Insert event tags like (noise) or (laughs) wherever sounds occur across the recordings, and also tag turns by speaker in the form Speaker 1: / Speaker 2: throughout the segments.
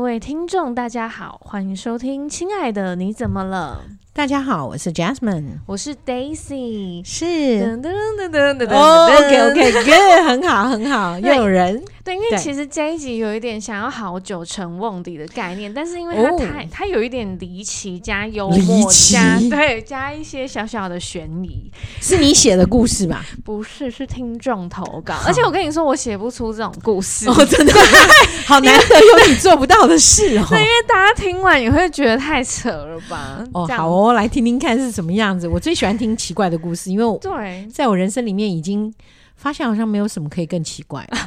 Speaker 1: 位听众，大家好，欢迎收听《亲爱的你怎么了》，
Speaker 2: 大家好，我是 Jasmine，
Speaker 1: 我是 Daisy。
Speaker 2: 是。
Speaker 1: 噔噔噔噔噔噔
Speaker 2: 哦、o k
Speaker 1: 噔
Speaker 2: OK good，很好很好，又有人
Speaker 1: 对，因为
Speaker 2: 对
Speaker 1: 其实这一集有一点想要好久成瓮底的概念，但是因为它
Speaker 2: 哦
Speaker 1: 太、它有一点离奇加幽
Speaker 2: 离
Speaker 1: 默
Speaker 2: 奇
Speaker 1: 加对加一些小小的悬疑，
Speaker 2: 是你写的故事吧？
Speaker 1: 不是是听众投稿，而且我跟你说，我写不出这种故事。
Speaker 2: 哦，真的，
Speaker 1: (laughs)
Speaker 2: 好难得有你做不到的事哦。
Speaker 1: 对，因为大家听完也会觉得太扯了吧？
Speaker 2: 哦，
Speaker 1: 这样
Speaker 2: 好哦，来听听看是什么样子。我最喜欢听奇怪的故事，因为我
Speaker 1: 对，
Speaker 2: 在我人生里面已经发现好像没有什么可以更奇怪。
Speaker 1: 哎、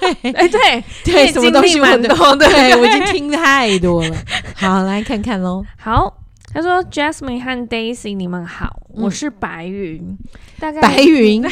Speaker 1: 对， (laughs) 你也
Speaker 2: 对，什么东西
Speaker 1: 经历
Speaker 2: 我
Speaker 1: 蛮
Speaker 2: 都
Speaker 1: 多的 (laughs)
Speaker 2: (laughs) 对，我已经听太多了。好，来看看喽。
Speaker 1: 好。他说：“Jasmine 和 Daisy，你们好，
Speaker 2: 嗯
Speaker 1: 我是白云。大概
Speaker 2: 白云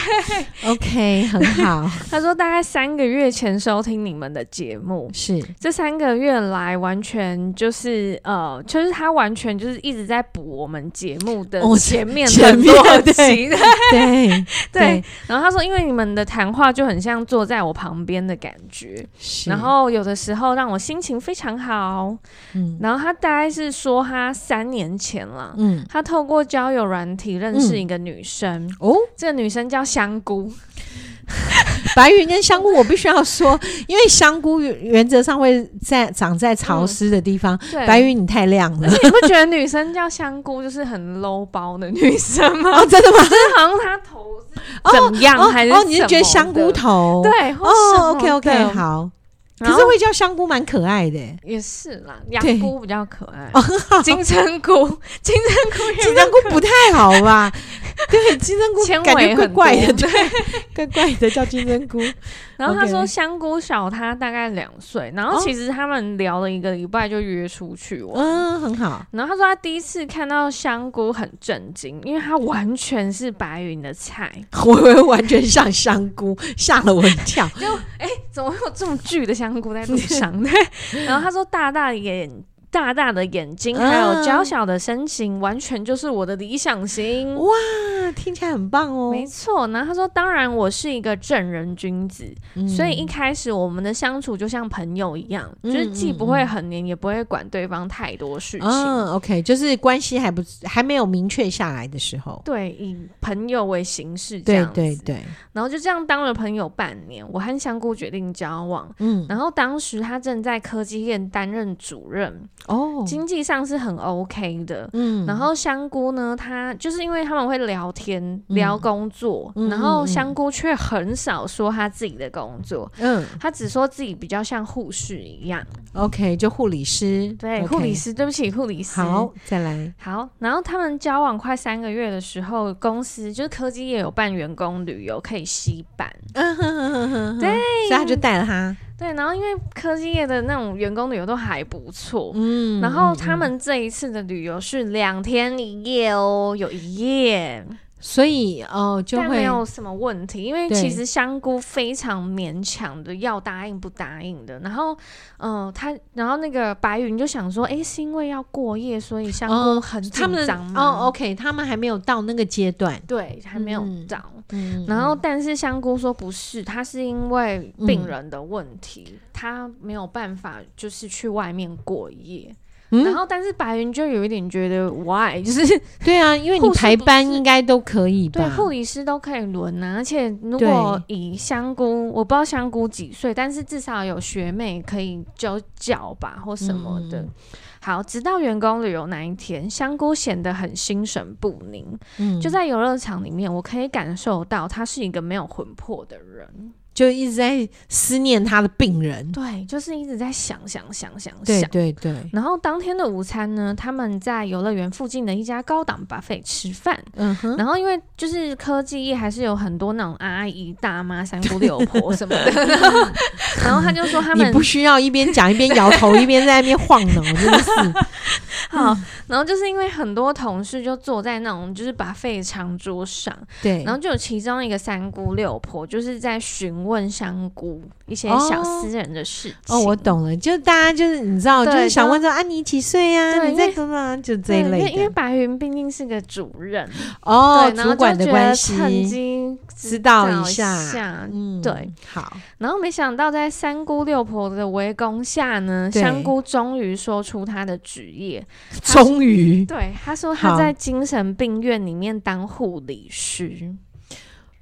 Speaker 2: ，OK，很好，
Speaker 1: 他说大概三个月前收听你们的节目， (laughs)
Speaker 2: 是
Speaker 1: 这三个月来完全就是呃，就是他完全就是一直在补我们节目的
Speaker 2: 哦
Speaker 1: 前面的
Speaker 2: 前面
Speaker 1: 逻辑。
Speaker 2: (laughs) 对
Speaker 1: 对，然后他说，因为你们的谈话就很像坐在我旁边的感觉，
Speaker 2: 是
Speaker 1: 然后有的时候让我心情非常好。
Speaker 2: 嗯
Speaker 1: 然后他大概是说他三年前了。
Speaker 2: 嗯
Speaker 1: 他透过交友软体认识
Speaker 2: 嗯
Speaker 1: 一个女生，
Speaker 2: 哦，
Speaker 1: 这个女生叫香菇，
Speaker 2: (laughs) 白云跟香菇，我必须要说，因为香菇原原则上会在长在潮湿的地方，
Speaker 1: 对，
Speaker 2: 白云你太亮
Speaker 1: (laughs)
Speaker 2: 了
Speaker 1: 而。且你不觉得女生叫香菇就是很 low 包的女生吗？
Speaker 2: 哦，真的吗？
Speaker 1: 就是好像她头是
Speaker 2: 哦
Speaker 1: 怎样、
Speaker 2: 哦
Speaker 1: 还是
Speaker 2: 哦，你是觉
Speaker 1: 什么
Speaker 2: 得香
Speaker 1: 的
Speaker 2: 菇头？
Speaker 1: 对
Speaker 2: 哦，OK OK，，
Speaker 1: 或什么的
Speaker 2: 好。可
Speaker 1: 然
Speaker 2: 是
Speaker 1: 后
Speaker 2: 会叫香菇蛮可
Speaker 1: (laughs)
Speaker 2: 爱的，
Speaker 1: 也是啦，羊
Speaker 2: 对哦
Speaker 1: 菇比较可爱，
Speaker 2: (laughs)
Speaker 1: 金针菇， (laughs) 金针菇也
Speaker 2: 金
Speaker 1: 比较
Speaker 2: 针菇不太好
Speaker 1: (laughs)
Speaker 2: 吧？对，金针菇
Speaker 1: 纤
Speaker 2: 感
Speaker 1: 维
Speaker 2: 觉怪
Speaker 1: 很
Speaker 2: 怪的，
Speaker 1: 多
Speaker 2: 对，怪怪的叫金
Speaker 1: (laughs)
Speaker 2: 针菇。
Speaker 1: 然后他
Speaker 2: OK
Speaker 1: 说香菇小他大概两岁，然后
Speaker 2: 哦
Speaker 1: 其实他们聊了一个礼拜就约出去玩。
Speaker 2: 嗯，很好。
Speaker 1: 然后他说他第一次看到香菇很震惊，因为他完全是白云的菜，
Speaker 2: 我以为完全像香菇，吓了我一跳。
Speaker 1: (laughs) 怎么会有这么巨的香菇在路上？对。 (laughs) 然后他说大大的眼。大大的眼睛，
Speaker 2: 啊
Speaker 1: 还有娇小的身形，完全就是我的理想型。
Speaker 2: 哇啊，听起来很棒哦。
Speaker 1: 嗯没错，然后他说，当然我是一个正人君子，
Speaker 2: 嗯
Speaker 1: 所以一开始我们的相处就像朋友一样，
Speaker 2: 嗯
Speaker 1: 就是既不会很黏，也不会管对方太多事情。
Speaker 2: 嗯，OK，就是关系还不还没有明确下来的时候。
Speaker 1: 对，以朋友为形式这
Speaker 2: 对
Speaker 1: 样子，
Speaker 2: 对对，
Speaker 1: 然后就这样当了朋友半年，我和香菇决定交往。
Speaker 2: 嗯，
Speaker 1: 然后当时他正在科技店担任主任，
Speaker 2: 哦，
Speaker 1: 经济上是很 OK 的。
Speaker 2: 嗯
Speaker 1: 然后香菇呢，他就是因为他们会聊天、聊工作，
Speaker 2: 嗯
Speaker 1: 然后香菇却很少说他自己的工作，
Speaker 2: 嗯
Speaker 1: 他只说自己比较像护士一样。
Speaker 2: ，OK，就护理师，
Speaker 1: 对
Speaker 2: OK
Speaker 1: 护理。师，对不起，护理师。
Speaker 2: 好，再
Speaker 1: (laughs)
Speaker 2: 来，
Speaker 1: 好，然后他们交往快三个月的时候，公司就是科技业有办员工旅游可以吸板，
Speaker 2: 嗯哼哼哼哼，对，所以他就带了他，
Speaker 1: 对，然后因为科技业的那种员工旅游都还不错，
Speaker 2: 嗯
Speaker 1: 然后
Speaker 2: 嗯
Speaker 1: 他们这一次的旅游是两天一夜哦，有一夜，
Speaker 2: 所以哦就
Speaker 1: 但
Speaker 2: 会
Speaker 1: 没有什么问题，因为
Speaker 2: 对
Speaker 1: 其实香菇非常勉强的要答应不答应的，然后，嗯、他，然后那个白云就想说，诶，是因为要过夜，所以香菇
Speaker 2: 哦
Speaker 1: 很紧
Speaker 2: 他们的
Speaker 1: 张吗？
Speaker 2: 哦，OK，他们还没有到那个阶段，
Speaker 1: 对，还没有
Speaker 2: 嗯
Speaker 1: 到。
Speaker 2: 嗯
Speaker 1: 然后，但是香菇说不是，他是因为病人的问
Speaker 2: 嗯
Speaker 1: 题，他没有办法就是去外面过夜。
Speaker 2: 嗯
Speaker 1: 然后，但是白云就有一点觉得 why，就是
Speaker 2: 对啊，因为你
Speaker 1: 护士
Speaker 2: 排
Speaker 1: 不
Speaker 2: 班
Speaker 1: 是
Speaker 2: 应该都可以吧？
Speaker 1: 对护理师都可以轮啊，而且如果以香菇，我不知道香菇几岁，但是至少有学妹可以教教吧或什么的。
Speaker 2: 嗯
Speaker 1: 好，直到员工旅游那一天，香菇显得很心神不宁，
Speaker 2: 嗯
Speaker 1: 就在游乐场里面，我可以感受到他是一个没有魂魄的人。
Speaker 2: 就一直在思念他的病人。
Speaker 1: 对，就是一直在想想想想
Speaker 2: 对
Speaker 1: 想。
Speaker 2: 对对，
Speaker 1: 然后当天的午餐呢，他们在游乐园附近的一家高档 buffet 吃饭。
Speaker 2: 嗯哼，
Speaker 1: 然后因为就是科技业还是有很多那种阿姨、大妈、三姑六婆什么
Speaker 2: (laughs)
Speaker 1: 的，然后然后他就说他
Speaker 2: 你
Speaker 1: 们
Speaker 2: 不需要一边讲一边摇
Speaker 1: (laughs)
Speaker 2: 头，一边在那边晃脑，真的是。
Speaker 1: 好，然后就是因为很多同事就坐在那种就是 buffet 长桌上，
Speaker 2: 对，
Speaker 1: 然后就有其中一个三姑六婆就是在询问香菇一些小
Speaker 2: 哦
Speaker 1: 私人的事情。
Speaker 2: 哦，我懂了，就大家就是你知道，就
Speaker 1: 对
Speaker 2: 是想
Speaker 1: 就
Speaker 2: 问说啊，你几岁呀、
Speaker 1: 对
Speaker 2: 你在
Speaker 1: 因为
Speaker 2: 干嘛？就这
Speaker 1: 对，
Speaker 2: 一
Speaker 1: 因为
Speaker 2: 类
Speaker 1: 因为
Speaker 2: 的。
Speaker 1: 白云毕竟是个主任，
Speaker 2: 哦，
Speaker 1: 对，然后
Speaker 2: 主
Speaker 1: 就
Speaker 2: 管的
Speaker 1: 觉
Speaker 2: 关
Speaker 1: 得
Speaker 2: 系，
Speaker 1: 趁机
Speaker 2: 知道
Speaker 1: 找
Speaker 2: 一
Speaker 1: 下。
Speaker 2: 嗯，
Speaker 1: 对，
Speaker 2: 好，
Speaker 1: 然后没想到在三姑六婆的围攻下呢，
Speaker 2: 对
Speaker 1: 香菇终于说出她的职业。是
Speaker 2: 终于
Speaker 1: 对，她说
Speaker 2: 好
Speaker 1: 她在精神病院里面当护理师。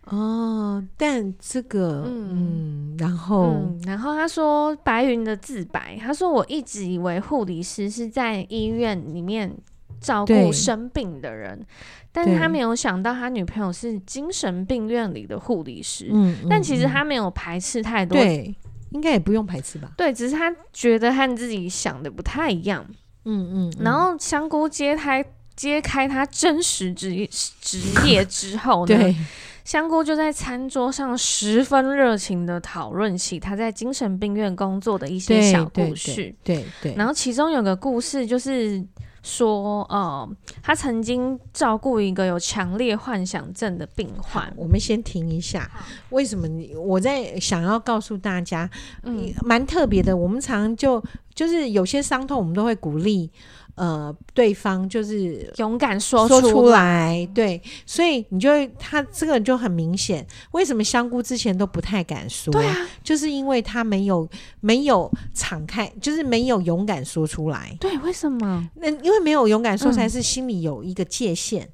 Speaker 2: 哦，但这个
Speaker 1: 嗯
Speaker 2: 嗯然后
Speaker 1: 嗯，然后她说白云的自白，她说我一直以为护理师是在医院里面照顾
Speaker 2: 对
Speaker 1: 生病的人，但是
Speaker 2: 对
Speaker 1: 她没有想到她女朋友是精神病院里的护理师。
Speaker 2: 嗯，
Speaker 1: 但
Speaker 2: 嗯
Speaker 1: 其实
Speaker 2: 嗯
Speaker 1: 她没有排斥太多
Speaker 2: 对应该也不用排斥吧？
Speaker 1: 对，只是他觉得和自己想的不太一样。
Speaker 2: 嗯嗯，嗯
Speaker 1: 然后香菇揭开揭开他真实职
Speaker 2: (laughs)
Speaker 1: 职业之后呢，
Speaker 2: 对，
Speaker 1: 香菇就在餐桌上十分热情的讨论起他在精神病院工作的一些
Speaker 2: 对
Speaker 1: 小
Speaker 2: 对
Speaker 1: 故事。
Speaker 2: 对对，
Speaker 1: 然后其中有个故事就是说，呃，他曾经照顾一个有强烈幻想症的病患。
Speaker 2: 我们先停一下。为什么你我在想要告诉大家，
Speaker 1: 嗯，
Speaker 2: 蛮特别的。我们常就就是有些伤痛，我们都会鼓励呃对方就是
Speaker 1: 勇敢说
Speaker 2: 说
Speaker 1: 出
Speaker 2: 出来，对，所以你就会他这个就很明显。为什么香菇之前都不太敢说？
Speaker 1: 对啊，
Speaker 2: 就是因为他没有没有敞开，就是没有勇敢说出来。
Speaker 1: 对，为什么？
Speaker 2: 那因为没有勇敢说，
Speaker 1: 嗯
Speaker 2: 才是心里有一个界限，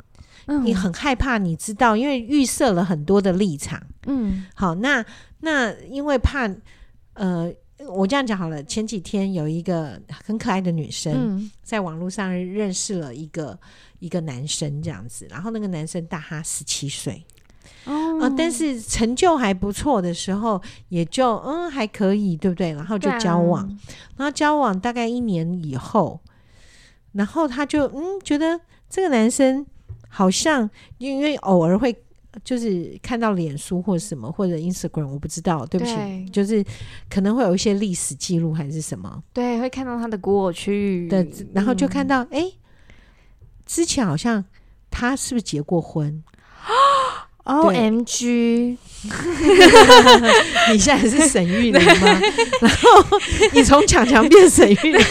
Speaker 1: 嗯
Speaker 2: 你很害怕，你知道，因为预设了很多的立场。
Speaker 1: 嗯
Speaker 2: 好，那那因为怕，呃，我这样讲好了。前几天有一个很可爱的女生，
Speaker 1: 嗯
Speaker 2: 在网络上认识了一个一个男生这样子，然后那个男生大她十七岁，
Speaker 1: 哦
Speaker 2: 啊、但是成就还不错的时候，也就嗯还可以，对不对？然后就
Speaker 1: 对啊
Speaker 2: 交往，然后交往大概一年以后，然后她就嗯觉得这个男生好像因为偶尔会就是看到脸书或什么或者 Instagram，我不知道，对不起，
Speaker 1: 对
Speaker 2: 就是可能会有一些历史记录还是什么
Speaker 1: 对，会看到他的果去
Speaker 2: 的，然后就看
Speaker 1: 嗯
Speaker 2: 到哎、诶之前好像他是不是结过婚？
Speaker 1: O
Speaker 2: 哦
Speaker 1: M G，
Speaker 2: (laughs) 你现在是沈玉玲吗？然后你从强强变沈玉玲，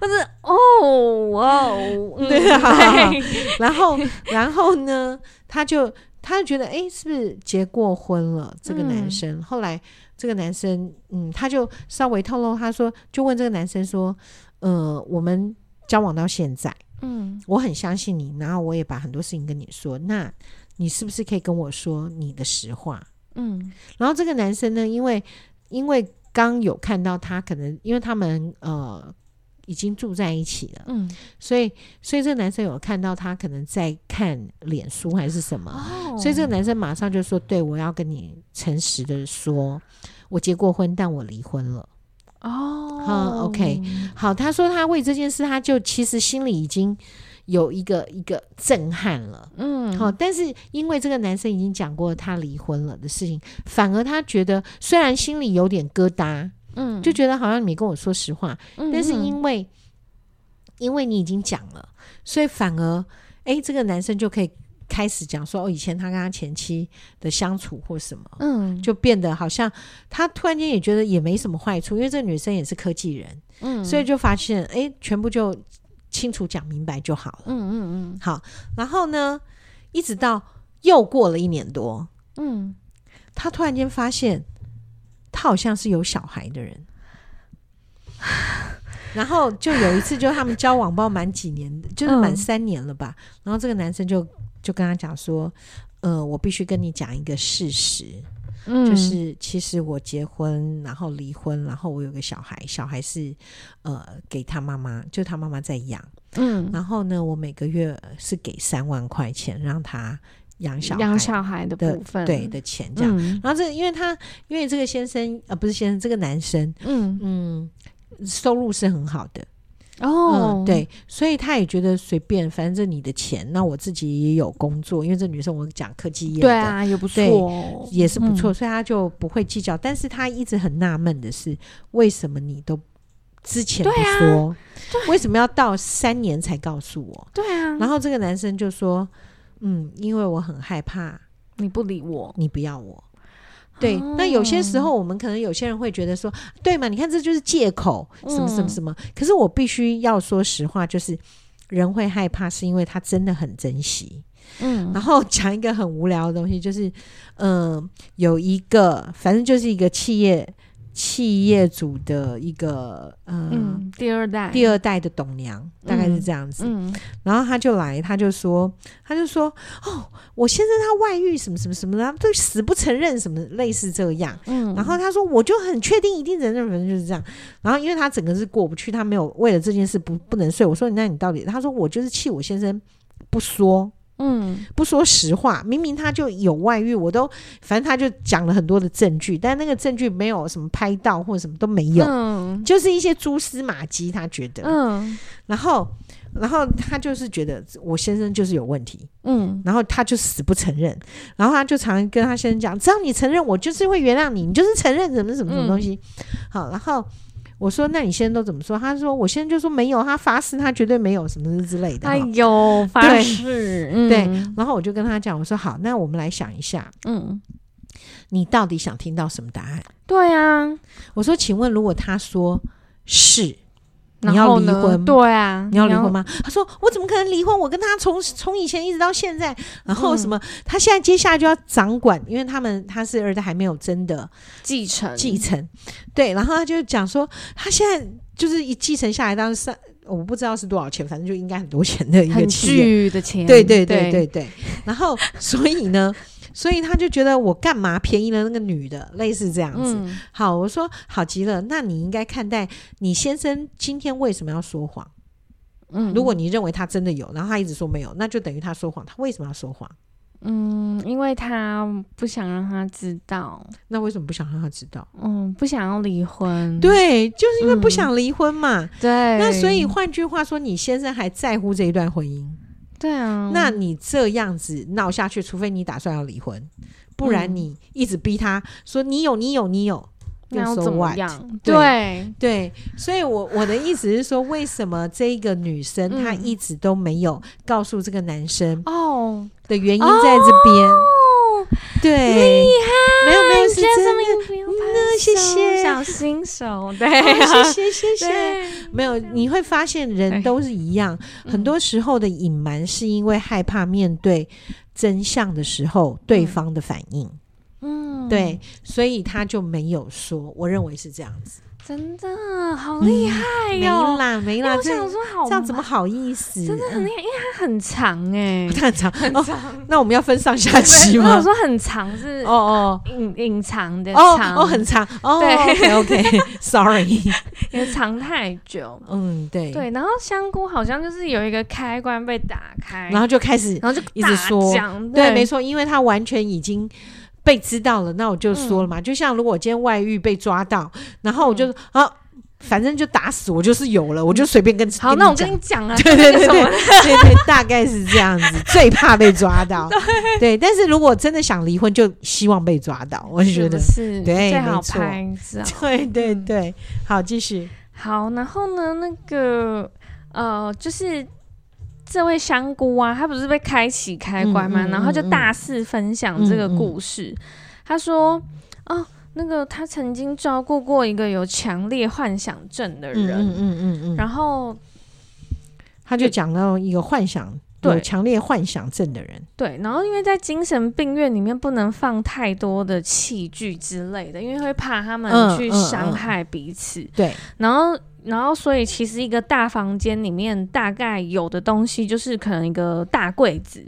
Speaker 1: 或者哦哇哦，嗯
Speaker 2: (laughs) 对好
Speaker 1: 对
Speaker 2: 然后然后呢，他就他就觉得哎、诶是不是结过婚了？这个男
Speaker 1: 嗯
Speaker 2: 生、后来这个男生嗯，他就稍微透露，他说就问这个男生说，呃，我们交往到现在，
Speaker 1: 嗯
Speaker 2: 我很相信你，然后我也把很多事情跟你说，那你是不是可以跟我说你的实话？
Speaker 1: 嗯
Speaker 2: 然后这个男生呢，因为因为刚有看到他，可能因为他们呃已经住在一起了，
Speaker 1: 嗯，
Speaker 2: 所以所以这个男生有看到他可能在看脸书还是什么，
Speaker 1: 哦
Speaker 2: 所以这个男生马上就说：“对我要跟你诚实的说，我结过婚，但我离婚了。”
Speaker 1: 哦，
Speaker 2: 嗯，OK 好，他说他为这件事，他就其实心里已经有一个一个震撼了。
Speaker 1: 嗯，
Speaker 2: 好、但是因为这个男生已经讲过他离婚了的事情，反而他觉得虽然心里有点疙瘩，
Speaker 1: 嗯，
Speaker 2: 就觉得好像你没跟我说实话，
Speaker 1: 嗯，
Speaker 2: 但是
Speaker 1: 嗯
Speaker 2: 因为因为你已经讲了，所以反而诶，这个男生就可以开始讲说哦，以前他跟他前妻的相处或什么。
Speaker 1: 嗯
Speaker 2: 就变得好像他突然间也觉得也没什么坏处，因为这个女生也是科技人，
Speaker 1: 嗯，
Speaker 2: 所以就发现诶，全部就清楚讲明白就好了。
Speaker 1: 嗯嗯嗯
Speaker 2: 好，然后呢，一直到又过了一年多，
Speaker 1: 嗯，
Speaker 2: 他突然间发现，他好像是有小孩的人。 (sighs) 然后就有一次，就是他们交往，不知道满几年，就是满
Speaker 1: 嗯
Speaker 2: 三年了吧。然后这个男生就就跟他讲说：“呃，我必须跟你讲一个事实，
Speaker 1: 嗯
Speaker 2: 就是其实我结婚，然后离婚，然后我有个小孩，小孩是呃给他妈妈，就他妈妈在养。
Speaker 1: 嗯
Speaker 2: 然后呢，我每个月是给三万块钱让他养小
Speaker 1: 嗯
Speaker 2: 孩，
Speaker 1: 养小孩的部分，
Speaker 2: 对，的钱这样。
Speaker 1: 嗯
Speaker 2: 然后这因为他因为这个先生呃不是先生这个男生
Speaker 1: 嗯
Speaker 2: 嗯收入是很好的
Speaker 1: 哦
Speaker 2: 嗯，对，所以他也觉得随便，反正这你的钱，那我自己也有工作，因为这女生我讲科技业的
Speaker 1: 对啊，也不错
Speaker 2: 对
Speaker 1: 哦，
Speaker 2: 也是不错，所以他就不会计较。但是他一直很纳闷的是，为什么你都之前不
Speaker 1: 对啊
Speaker 2: 说，为什么要到三年才告诉我？
Speaker 1: 对啊，
Speaker 2: 然后这个男生就说：“嗯，因为我很害怕
Speaker 1: 你不理我
Speaker 2: 你不要我。对，那有些时
Speaker 1: 哦
Speaker 2: 候我们可能有些人会觉得说，对嘛？你看这就是借口，什么什么
Speaker 1: 嗯
Speaker 2: 什么。可是我必须要说实话，就是人会害怕，是因为他真的很珍惜。
Speaker 1: 嗯
Speaker 2: 然后讲一个很无聊的东西，就是，嗯、有一个，反正就是一个企业企业主的一个，呃、
Speaker 1: 嗯，第二代，
Speaker 2: 第二代的董娘，大概是这样子。
Speaker 1: 嗯
Speaker 2: 然后他就来，他就说，他就说，哦，我先生他外遇什么什么什么的，他都死不承认什么，类似这样。
Speaker 1: 嗯，
Speaker 2: 然后他说，我就很确定一定承认，反正就是这样。然后因为他整个是过不去，他没有为了这件事不不能睡。我说，那你到底？他说，我就是气我先生不说。
Speaker 1: 嗯
Speaker 2: 不说实话，明明他就有外遇，我都反正他就讲了很多的证据，但那个证据没有什么拍到或者什么都没有，
Speaker 1: 嗯
Speaker 2: 就是一些蛛丝马迹。他觉得，
Speaker 1: 嗯
Speaker 2: 然后，然后他就是觉得我先生就是有问题，
Speaker 1: 嗯
Speaker 2: 然后他就死不承认，然后他就常跟他先生讲，只要你承认，我就是会原谅你，你就是承认什么什么什么东西。
Speaker 1: 嗯
Speaker 2: 好，然后我说那你先生都怎么说？他说我先生就说没有，他发誓他绝对没有什么之类的。
Speaker 1: 哎
Speaker 2: 哈
Speaker 1: 呦，发
Speaker 2: 对
Speaker 1: 誓，嗯
Speaker 2: 对然后我就跟他讲，我说好，那我们来想一下，
Speaker 1: 嗯，
Speaker 2: 你到底想听到什么答案？
Speaker 1: 对啊，
Speaker 2: 我说，请问如果他说是，你
Speaker 1: 然
Speaker 2: 要
Speaker 1: 后
Speaker 2: 离
Speaker 1: 呢
Speaker 2: 婚
Speaker 1: 对啊，
Speaker 2: 你要离婚吗？他说我怎么可能离婚？我跟他从从以前一直到现在，然后什么？他现在接下来就要掌管，因为他们他是儿子还没有真的
Speaker 1: 继承
Speaker 2: 继承，对。然后他就讲说，他现在就是一继承下来，当时三我不知道是多少钱，反正就应该很多钱的一个
Speaker 1: 很
Speaker 2: 企业，
Speaker 1: 巨的钱，
Speaker 2: 对对对
Speaker 1: 对
Speaker 2: 对对。然后所以呢，所以他就觉得我干嘛便宜了那个女的，类似这样子。
Speaker 1: 嗯
Speaker 2: 好，我说好极了，那你应该看待你先生今天为什么要说谎。
Speaker 1: 嗯，
Speaker 2: 如果你认为他真的有，然后他一直说没有，那就等于他说谎。他为什么要说谎？
Speaker 1: 嗯，因为他不想让他知道，
Speaker 2: 那为什么不想让他知道？
Speaker 1: 嗯，不想要离婚，
Speaker 2: 对，就是因为不
Speaker 1: 嗯
Speaker 2: 想离婚嘛。
Speaker 1: 对，
Speaker 2: 那所以换句话说，你先生还在乎这一段婚姻，
Speaker 1: 对啊，
Speaker 2: 那你这样子闹下去，除非你打算要离婚，不然
Speaker 1: 嗯
Speaker 2: 你一直逼他说你有你有你有，
Speaker 1: 那
Speaker 2: 又
Speaker 1: 要
Speaker 2: so
Speaker 1: 怎么
Speaker 2: what？
Speaker 1: 样？
Speaker 2: 对
Speaker 1: 对，
Speaker 2: 对，所以我我的意思是说，为什么这个女生
Speaker 1: 嗯
Speaker 2: 她一直都没有告诉这个男生
Speaker 1: 哦，
Speaker 2: 的原因在这边？
Speaker 1: 哦，
Speaker 2: 对，
Speaker 1: 厉害，
Speaker 2: 没有没有是真的
Speaker 1: ，Jasmine，不要
Speaker 2: 嗯
Speaker 1: 拍
Speaker 2: 那谢
Speaker 1: 手
Speaker 2: 谢
Speaker 1: 小新
Speaker 2: (laughs)
Speaker 1: 手，对
Speaker 2: 哦
Speaker 1: 啊，
Speaker 2: 谢谢谢谢。
Speaker 1: 对，
Speaker 2: 没有，你会发现人
Speaker 1: 对
Speaker 2: 都是一样，
Speaker 1: 嗯
Speaker 2: 很多时候的隐瞒是因为害怕面对真相的时候对方的反应，
Speaker 1: 嗯，嗯，
Speaker 2: 对，所以他就没有说。我认为是这样子，
Speaker 1: 真的好厉害
Speaker 2: 嗯没
Speaker 1: 哟！
Speaker 2: 啦没
Speaker 1: 哎因
Speaker 2: 啦
Speaker 1: 为，我
Speaker 2: 这
Speaker 1: 想说好，
Speaker 2: 这样怎么好意思？
Speaker 1: 真的很厉害？因为它很长哎，
Speaker 2: (laughs) 害，很长哦。那我们要分
Speaker 1: (laughs)
Speaker 2: 上下期
Speaker 1: 没有我
Speaker 2: 吗？
Speaker 1: 说很长是
Speaker 2: 哦哦。
Speaker 1: 隐隐藏的
Speaker 2: 哦
Speaker 1: 长，
Speaker 2: 哦，很长哦。
Speaker 1: 对
Speaker 2: OK OK，Sorry，
Speaker 1: 也藏太久。
Speaker 2: 嗯，对，
Speaker 1: 对，然后香菇好像就是有一个开关被打开，
Speaker 2: 然后就开始，
Speaker 1: 然后就
Speaker 2: 一直说
Speaker 1: 大讲
Speaker 2: 对，
Speaker 1: 对，
Speaker 2: 没错，因为他完全已经被知道了，那我就说了
Speaker 1: 嗯
Speaker 2: 嘛，就像如果我今天外遇被抓到，然后我就、啊，反正就打死我就是有了，我就随便跟
Speaker 1: 嗯好，那我
Speaker 2: 跟
Speaker 1: 跟
Speaker 2: 你
Speaker 1: 你讲啊，
Speaker 2: (laughs) 对对
Speaker 1: 这 (laughs)
Speaker 2: 对
Speaker 1: 个什么
Speaker 2: 讲对对，大概是这
Speaker 1: (laughs)
Speaker 2: 样子，最怕被抓到，对，但是如果真的想离婚，就希望被抓到，我觉
Speaker 1: 是
Speaker 2: 得
Speaker 1: 不，是
Speaker 2: 对
Speaker 1: 最好
Speaker 2: 没错
Speaker 1: 拍照。
Speaker 2: 对对
Speaker 1: 嗯
Speaker 2: 对，好，继续，
Speaker 1: 好，然后呢，那个呃，就是这位香菇啊，他不是被开启开关嘛，
Speaker 2: 嗯嗯
Speaker 1: 然后就
Speaker 2: 嗯嗯
Speaker 1: 大肆分享这个故事。他说，哦，那个他曾经照顾过一个有强烈幻想症的
Speaker 2: 嗯
Speaker 1: 人，
Speaker 2: 嗯嗯嗯嗯，
Speaker 1: 然后
Speaker 2: 他就讲到一个幻想。有
Speaker 1: 对
Speaker 2: 强烈幻想症的人，
Speaker 1: 对，然后因为在精神病院里面不能放太多的器具之类的，因为会怕他
Speaker 2: 嗯
Speaker 1: 们去
Speaker 2: 嗯
Speaker 1: 伤
Speaker 2: 嗯
Speaker 1: 害彼此。
Speaker 2: 对，
Speaker 1: 然后，然后，所以其实一个大房间里面大概有的东西就是可能一个大柜子，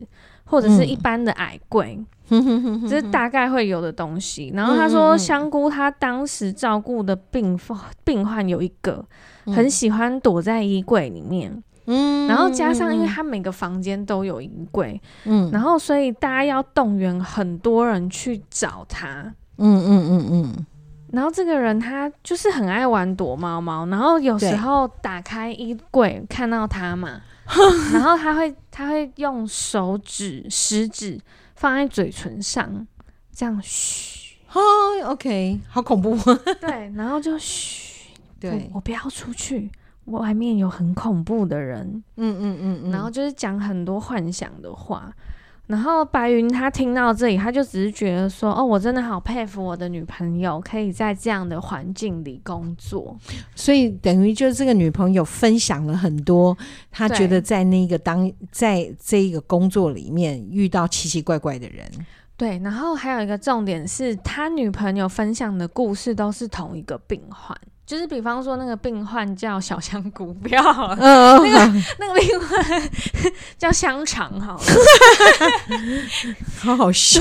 Speaker 1: 或者
Speaker 2: 嗯
Speaker 1: 是一般的矮柜，这是大概会有的东西。然后他
Speaker 2: 嗯嗯
Speaker 1: 说，
Speaker 2: 嗯
Speaker 1: 香菇他当时照顾的病患病患有一个很喜欢躲在衣柜里面，
Speaker 2: 嗯
Speaker 1: 然后加上因为他每个房间都有衣柜，
Speaker 2: 嗯
Speaker 1: 然后所以大家要动员很多人去找他。
Speaker 2: 嗯嗯嗯嗯，
Speaker 1: 然后这个人他就是很爱玩躲猫猫，然后有时候打开衣柜看到他嘛， (laughs) 然后他会他会用手指食指放在嘴唇上，这样嘘，
Speaker 2: 哦，OK，好恐怖，啊
Speaker 1: 对，然后就嘘，
Speaker 2: 对
Speaker 1: 我，我不要出去，外面有很恐怖的人，
Speaker 2: 嗯嗯嗯嗯，
Speaker 1: 然后就是讲很多幻想的话。然后白云他听到这里，他就只是觉得说，哦，我真的好佩服我的女朋友，可以在这样的环境里工作。
Speaker 2: 所以等于就是这个女朋友分享了很多，她
Speaker 1: 对
Speaker 2: 觉得在那个当在这一个工作里面遇到奇奇怪怪的人，
Speaker 1: 对，然后还有一个重点是他女朋友分享的故事都是同一个病患，就是比方说那个病患叫小香菇，不要 (laughs) 好了
Speaker 2: 嗯、
Speaker 1: 那个病患叫香肠好了。
Speaker 2: 好好笑。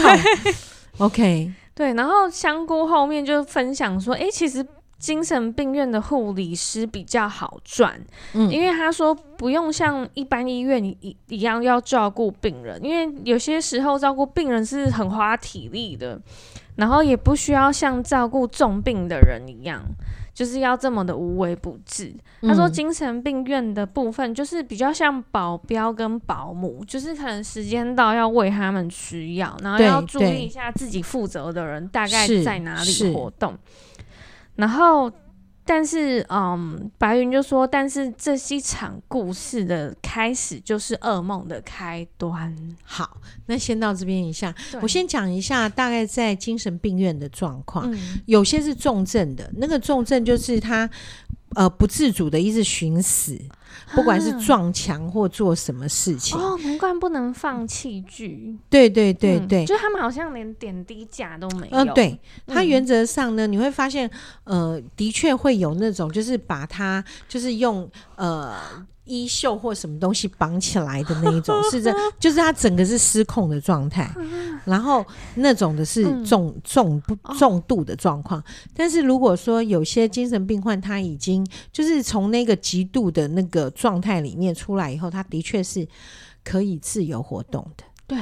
Speaker 2: OK，
Speaker 1: 对，然后香菇后面就分享说，诶，其实精神病院的护理师比较好赚，
Speaker 2: 嗯，
Speaker 1: 因为他说不用像一般医院一一一样要照顾病人，因为有些时候照顾病人是很花体力的，然后也不需要像照顾重病的人一样，就是要这么的无微不至。他说
Speaker 2: 嗯
Speaker 1: 精神病院的部分就是比较像保镖跟保姆，就是可能时间到要喂他们吃药，然后
Speaker 2: 对
Speaker 1: 要注
Speaker 2: 对
Speaker 1: 意一下自己负责的人大概
Speaker 2: 是
Speaker 1: 在哪
Speaker 2: 是
Speaker 1: 里活动。然后，但是嗯，白云就说，但是这一场故事的开始就是噩梦的开端。
Speaker 2: 好，那先到这边一下，
Speaker 1: 对
Speaker 2: 我先讲一下大概在精神病院的状况。
Speaker 1: 嗯，
Speaker 2: 有些是重症的，那个重症就是他呃不自主的一直寻死，不管是
Speaker 1: 啊
Speaker 2: 撞墙或做什么事情。
Speaker 1: 哦，难怪不能放弃剧。
Speaker 2: 对对对
Speaker 1: 嗯
Speaker 2: 对，
Speaker 1: 就他们好像连点滴架都没有。
Speaker 2: 嗯、对，它
Speaker 1: 嗯
Speaker 2: 原则上呢，你会发现，呃，的确会有那种就是把它就是用呃衣袖或什么东西绑起来的那一种，是
Speaker 1: (laughs)
Speaker 2: 这，就是它整个是失控的状态，然后那种的是
Speaker 1: 嗯
Speaker 2: 重、重不
Speaker 1: 哦
Speaker 2: 重度的状况。但是如果说有些精神病患他已经就是从那个极度的那个状态里面出来以后，他的确是可以自由活动的。
Speaker 1: 对，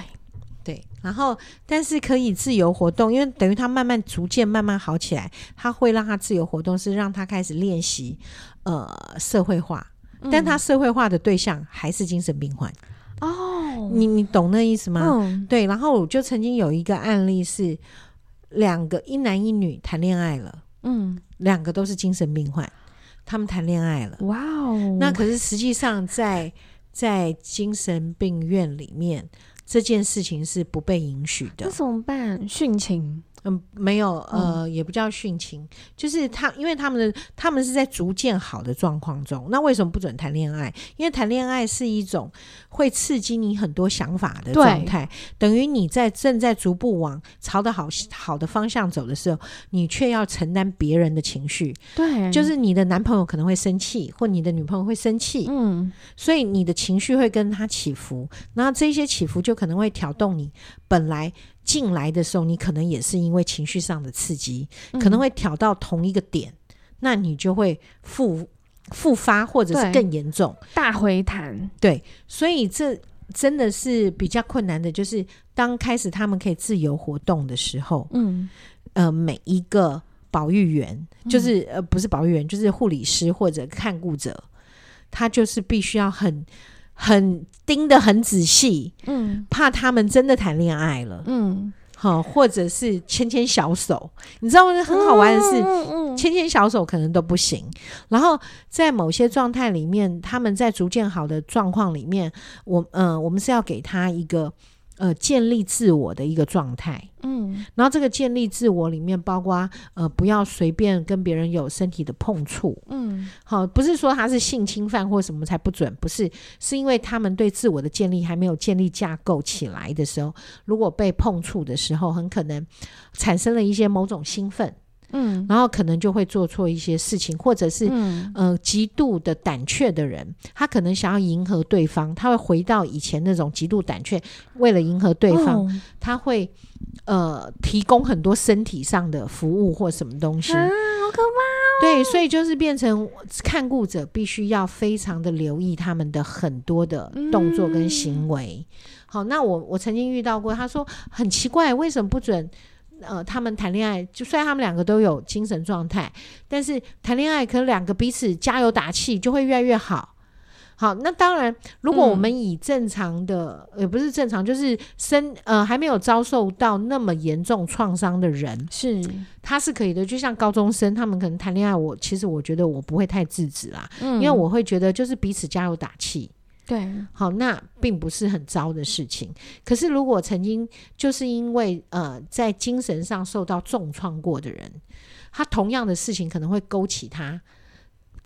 Speaker 2: 对，然后但是可以自由活动，因为等于他慢慢逐渐慢慢好起来，他会让他自由活动，是让他开始练习呃社会化，但他社会化的对象还是精神病患，
Speaker 1: 嗯哦，
Speaker 2: 你你懂那意思吗？
Speaker 1: 嗯，
Speaker 2: 对，然后我就曾经有一个案例是两个一男一女谈恋爱了，
Speaker 1: 嗯，
Speaker 2: 两个都是精神病患，他们谈恋爱了，
Speaker 1: 哇哦，
Speaker 2: 那可是实际上在在精神病院里面。这件事情是不被允许的
Speaker 1: 那。怎么办？殉情
Speaker 2: 嗯，没有，呃，也不叫殉情，就是他，因为他们的他们是在逐渐好的状况中，那为什么不准谈恋爱？因为谈恋爱是一种会刺激你很多想法的
Speaker 1: 对
Speaker 2: 状态，等于你在正在逐步往朝的好好的方向走的时候，你却要承担别人的情绪，
Speaker 1: 对，
Speaker 2: 就是你的男朋友可能会生气，或你的女朋友会生气，
Speaker 1: 嗯，
Speaker 2: 所以你的情绪会跟它起伏，然后这些起伏就可能会挑动你本来进来的时候，你可能也是因为情绪上的刺激，
Speaker 1: 嗯
Speaker 2: 可能会挑到同一个点，那你就会复复发或者是
Speaker 1: 对
Speaker 2: 更严重。
Speaker 1: 大回弹。
Speaker 2: 所以这真的是比较困难的，就是当开始他们可以自由活动的时候，
Speaker 1: 嗯，
Speaker 2: 呃，每一个保育员，就是、呃，不是保育员，就是护理师或者看顾者，他就是必须要很很盯得很仔细，
Speaker 1: 嗯
Speaker 2: 怕他们真的谈恋爱了，
Speaker 1: 嗯，
Speaker 2: 好、或者是牵牵小手，你知道吗？很好玩的是。
Speaker 1: 嗯嗯
Speaker 2: 牵牵小手可能都不行，然后在某些状态里面，他们在逐渐好的状况里面，我嗯、我们是要给他一个呃建立自我的一个状态，
Speaker 1: 嗯
Speaker 2: 然后这个建立自我里面包括呃，不要随便跟别人有身体的碰触。
Speaker 1: 嗯
Speaker 2: 好，不是说他是性侵犯或什么才不准，不是，是因为他们对自我的建立还没有建立架构起来的时候，如果被碰触的时候，很可能产生了一些某种兴奋，
Speaker 1: 嗯
Speaker 2: 然后可能就会做错一些事情，或者是
Speaker 1: 嗯
Speaker 2: 呃极度的胆怯的人，他可能想要迎合对方，他会回到以前那种极度胆怯，为了迎合对方，
Speaker 1: 哦
Speaker 2: 他会呃提供很多身体上的服务或什么东西。
Speaker 1: 啊，好可怕！
Speaker 2: 对，所以就是变成呃看顾者必须要非常的留意他们的很多的动作跟行为。好，那我我曾经遇到过，他说很奇怪，为什么不准？呃，他们谈恋爱，就虽然他们两个都有精神状态，但是谈恋爱可能两个彼此加油打气，就会越来越好。好，那当然，如果我们以正常的，也不是正常，就是身呃还没有遭受到那么严重创伤的人，
Speaker 1: 是，
Speaker 2: 他是可以的，就像高中生，他们可能谈恋爱，我其实我觉得我不会太制止啦，
Speaker 1: 嗯
Speaker 2: 因为我会觉得就是彼此加油打气，
Speaker 1: 对，
Speaker 2: 好，那
Speaker 1: 嗯
Speaker 2: 并不是很糟的事情。可是如果曾经就是因为呃在精神上受到重创过的人，他同样的事情可能会勾起他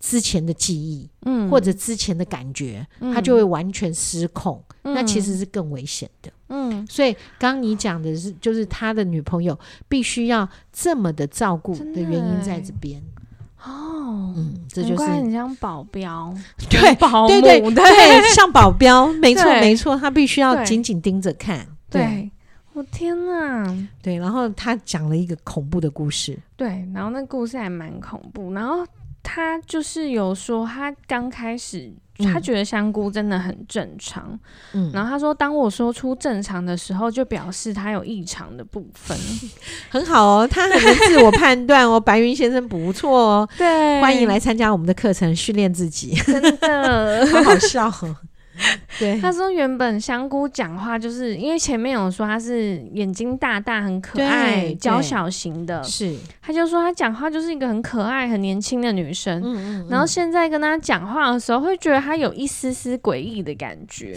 Speaker 2: 之前的记忆、
Speaker 1: 嗯，
Speaker 2: 或者之前的感觉，他就会完全失控。
Speaker 1: 嗯，
Speaker 2: 那其实是更危险的。
Speaker 1: 嗯，
Speaker 2: 所以刚刚你讲的是，就是他的女朋友必须要这么的照顾
Speaker 1: 真
Speaker 2: 的
Speaker 1: 的
Speaker 2: 原因在
Speaker 1: 欸
Speaker 2: 这边。
Speaker 1: 嗯，哦，
Speaker 2: 嗯，这就
Speaker 1: 难
Speaker 2: 是 (laughs)
Speaker 1: 怪很像保镖，
Speaker 2: 对
Speaker 1: 保
Speaker 2: 对
Speaker 1: 姆，
Speaker 2: 对
Speaker 1: 对 (laughs)
Speaker 2: 对，像保镖，没错
Speaker 1: 对
Speaker 2: 没错，他必须要
Speaker 1: 对
Speaker 2: 紧紧盯着看。
Speaker 1: 对我天哪！
Speaker 2: 对，然后他讲了一个恐怖的故事。
Speaker 1: 对，然后那故事还蛮恐怖。然后他就是有说，他刚开始他
Speaker 2: 嗯
Speaker 1: 觉得香菇真的很正常，
Speaker 2: 嗯，
Speaker 1: 然后他说，当我说出正常的时候，就表示他有异常的部
Speaker 2: (laughs)
Speaker 1: 分。
Speaker 2: 很好哦，他很能自我判断哦， (laughs) 白云先生不错哦，
Speaker 1: 对
Speaker 2: 欢 (laughs) 迎来参加我们的课程训练自己，
Speaker 1: 真的。 (laughs)
Speaker 2: 好好笑哦。对，
Speaker 1: 他说，原本香菇讲话就是因为前面有说他是眼睛大大、很可爱、
Speaker 2: 对
Speaker 1: 娇
Speaker 2: 对
Speaker 1: 小型的，
Speaker 2: 是，
Speaker 1: 他就说他讲话就是一个很可爱、很年轻的女生。
Speaker 2: 嗯
Speaker 1: 然后现在跟他讲话的时候，会觉得他有一丝丝诡异的感觉。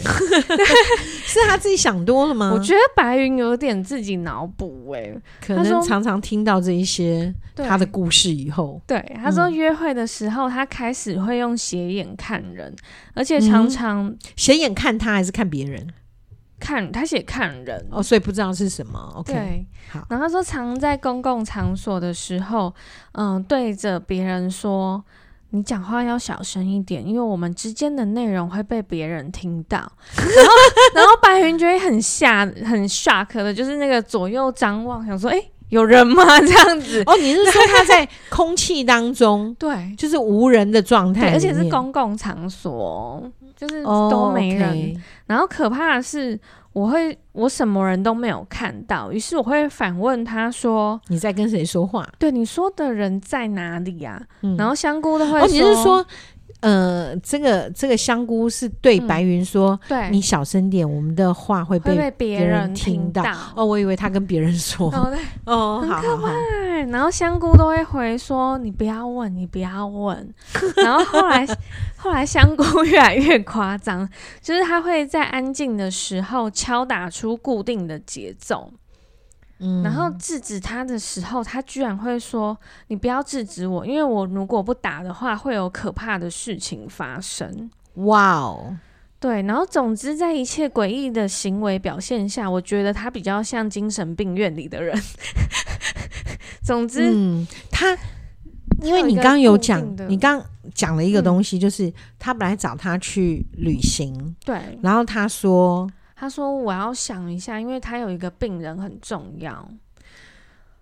Speaker 2: 是他自己想多了吗？
Speaker 1: 我觉得白云有点自己脑补哎，
Speaker 2: 可
Speaker 1: 他
Speaker 2: 能
Speaker 1: 说
Speaker 2: 常常听到这一些
Speaker 1: 对
Speaker 2: 他的故事以后，
Speaker 1: 对，他说
Speaker 2: 嗯
Speaker 1: 约会的时候，他开始会用斜眼看人，而且常
Speaker 2: 嗯
Speaker 1: 常
Speaker 2: 斜眼看他还是看别人
Speaker 1: 看他写看人。
Speaker 2: 哦，所以不知道是什么。OK，
Speaker 1: 对，
Speaker 2: 好
Speaker 1: 然后他说常在公共场所的时候，嗯，对着别人说，你讲话要小声一点，因为我们之间的内容会被别人听
Speaker 2: (laughs)
Speaker 1: 到。然后，然后白云就会很吓、很 shock 的，就是那个左右张望，想说，哎、有人吗？这样子。
Speaker 2: 哦，你是说他在空气
Speaker 1: (laughs)
Speaker 2: 当中
Speaker 1: 对，
Speaker 2: 就是无人的状态
Speaker 1: 对，
Speaker 2: 里
Speaker 1: 而
Speaker 2: 面，
Speaker 1: 且是公共场所哦，就是
Speaker 2: 哦
Speaker 1: 都没人。
Speaker 2: OK
Speaker 1: 然后可怕的是，我会我什么人都没有看到，于是我会反问他说
Speaker 2: 你在跟谁说话？：“
Speaker 1: 对你说的人在哪里呀、
Speaker 2: 嗯
Speaker 1: 然后香菇都会
Speaker 2: 哦，你是说，呃，这个这个香菇是对
Speaker 1: 嗯
Speaker 2: 白云说，
Speaker 1: 对，
Speaker 2: 你小声点，我们的话会
Speaker 1: 会被
Speaker 2: 被。
Speaker 1: 嗯别
Speaker 2: 人
Speaker 1: 人
Speaker 2: 听
Speaker 1: 听
Speaker 2: 到哦，我以为他跟别人说。
Speaker 1: 然后对，
Speaker 2: 哦，好好好，
Speaker 1: 哎然后香菇都会回说：“你不要问，你不要
Speaker 2: (laughs)
Speaker 1: 问。”然后后来，后来香菇越来越夸张，就是他会在安静的时候敲打出固定的节奏，
Speaker 2: 嗯
Speaker 1: 然后制止他的时候，他居然会说：“你不要制止我，因为我如果不打的话，会有可怕的事情发生。
Speaker 2: 哇哦，”
Speaker 1: 对，然后总之，在一切诡异的行为表现下，我觉得他比较像精神病院里的人。 (laughs) 总之，
Speaker 2: 嗯，他因为
Speaker 1: 有一
Speaker 2: 你
Speaker 1: 个
Speaker 2: 刚刚有
Speaker 1: 固
Speaker 2: 讲
Speaker 1: 定的，
Speaker 2: 你刚刚讲了一个
Speaker 1: 嗯
Speaker 2: 东西，就是他本来找他去旅行，
Speaker 1: 对
Speaker 2: 然后他说
Speaker 1: 他说：“我要想一下，因为他有一个病人很重要。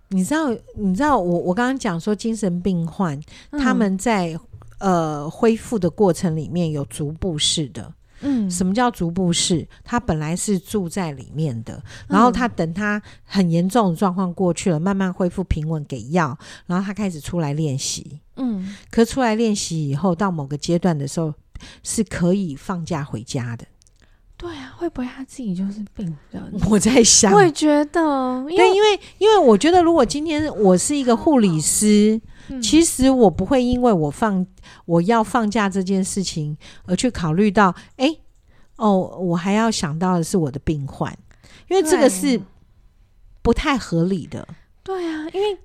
Speaker 2: 你知道，你知道我我刚刚讲说精神病患、
Speaker 1: 嗯
Speaker 2: 他们在呃恢复的过程里面有逐步式的，
Speaker 1: 嗯
Speaker 2: 什么叫逐步式？他本来是住在里面的，然
Speaker 1: 嗯
Speaker 2: 后他等他很严重的状况过去了，慢慢恢复平稳，给药，然后他开始出来练习。
Speaker 1: 嗯
Speaker 2: 可出来练习以后，到某个阶段的时候，是可以放假回家的。
Speaker 1: 对啊，会不会他自己就是病人？
Speaker 2: 我在想，
Speaker 1: 我也觉得，因
Speaker 2: 对，
Speaker 1: 为
Speaker 2: 因为因为我觉得，如果今天我是一个护理师，
Speaker 1: 嗯
Speaker 2: 其实我不会因为我放我要放假这件事情而去考虑到，哎、哦，我还要想到的是我的病患，因为这个
Speaker 1: 对
Speaker 2: 是不太合理的。
Speaker 1: 对啊，因为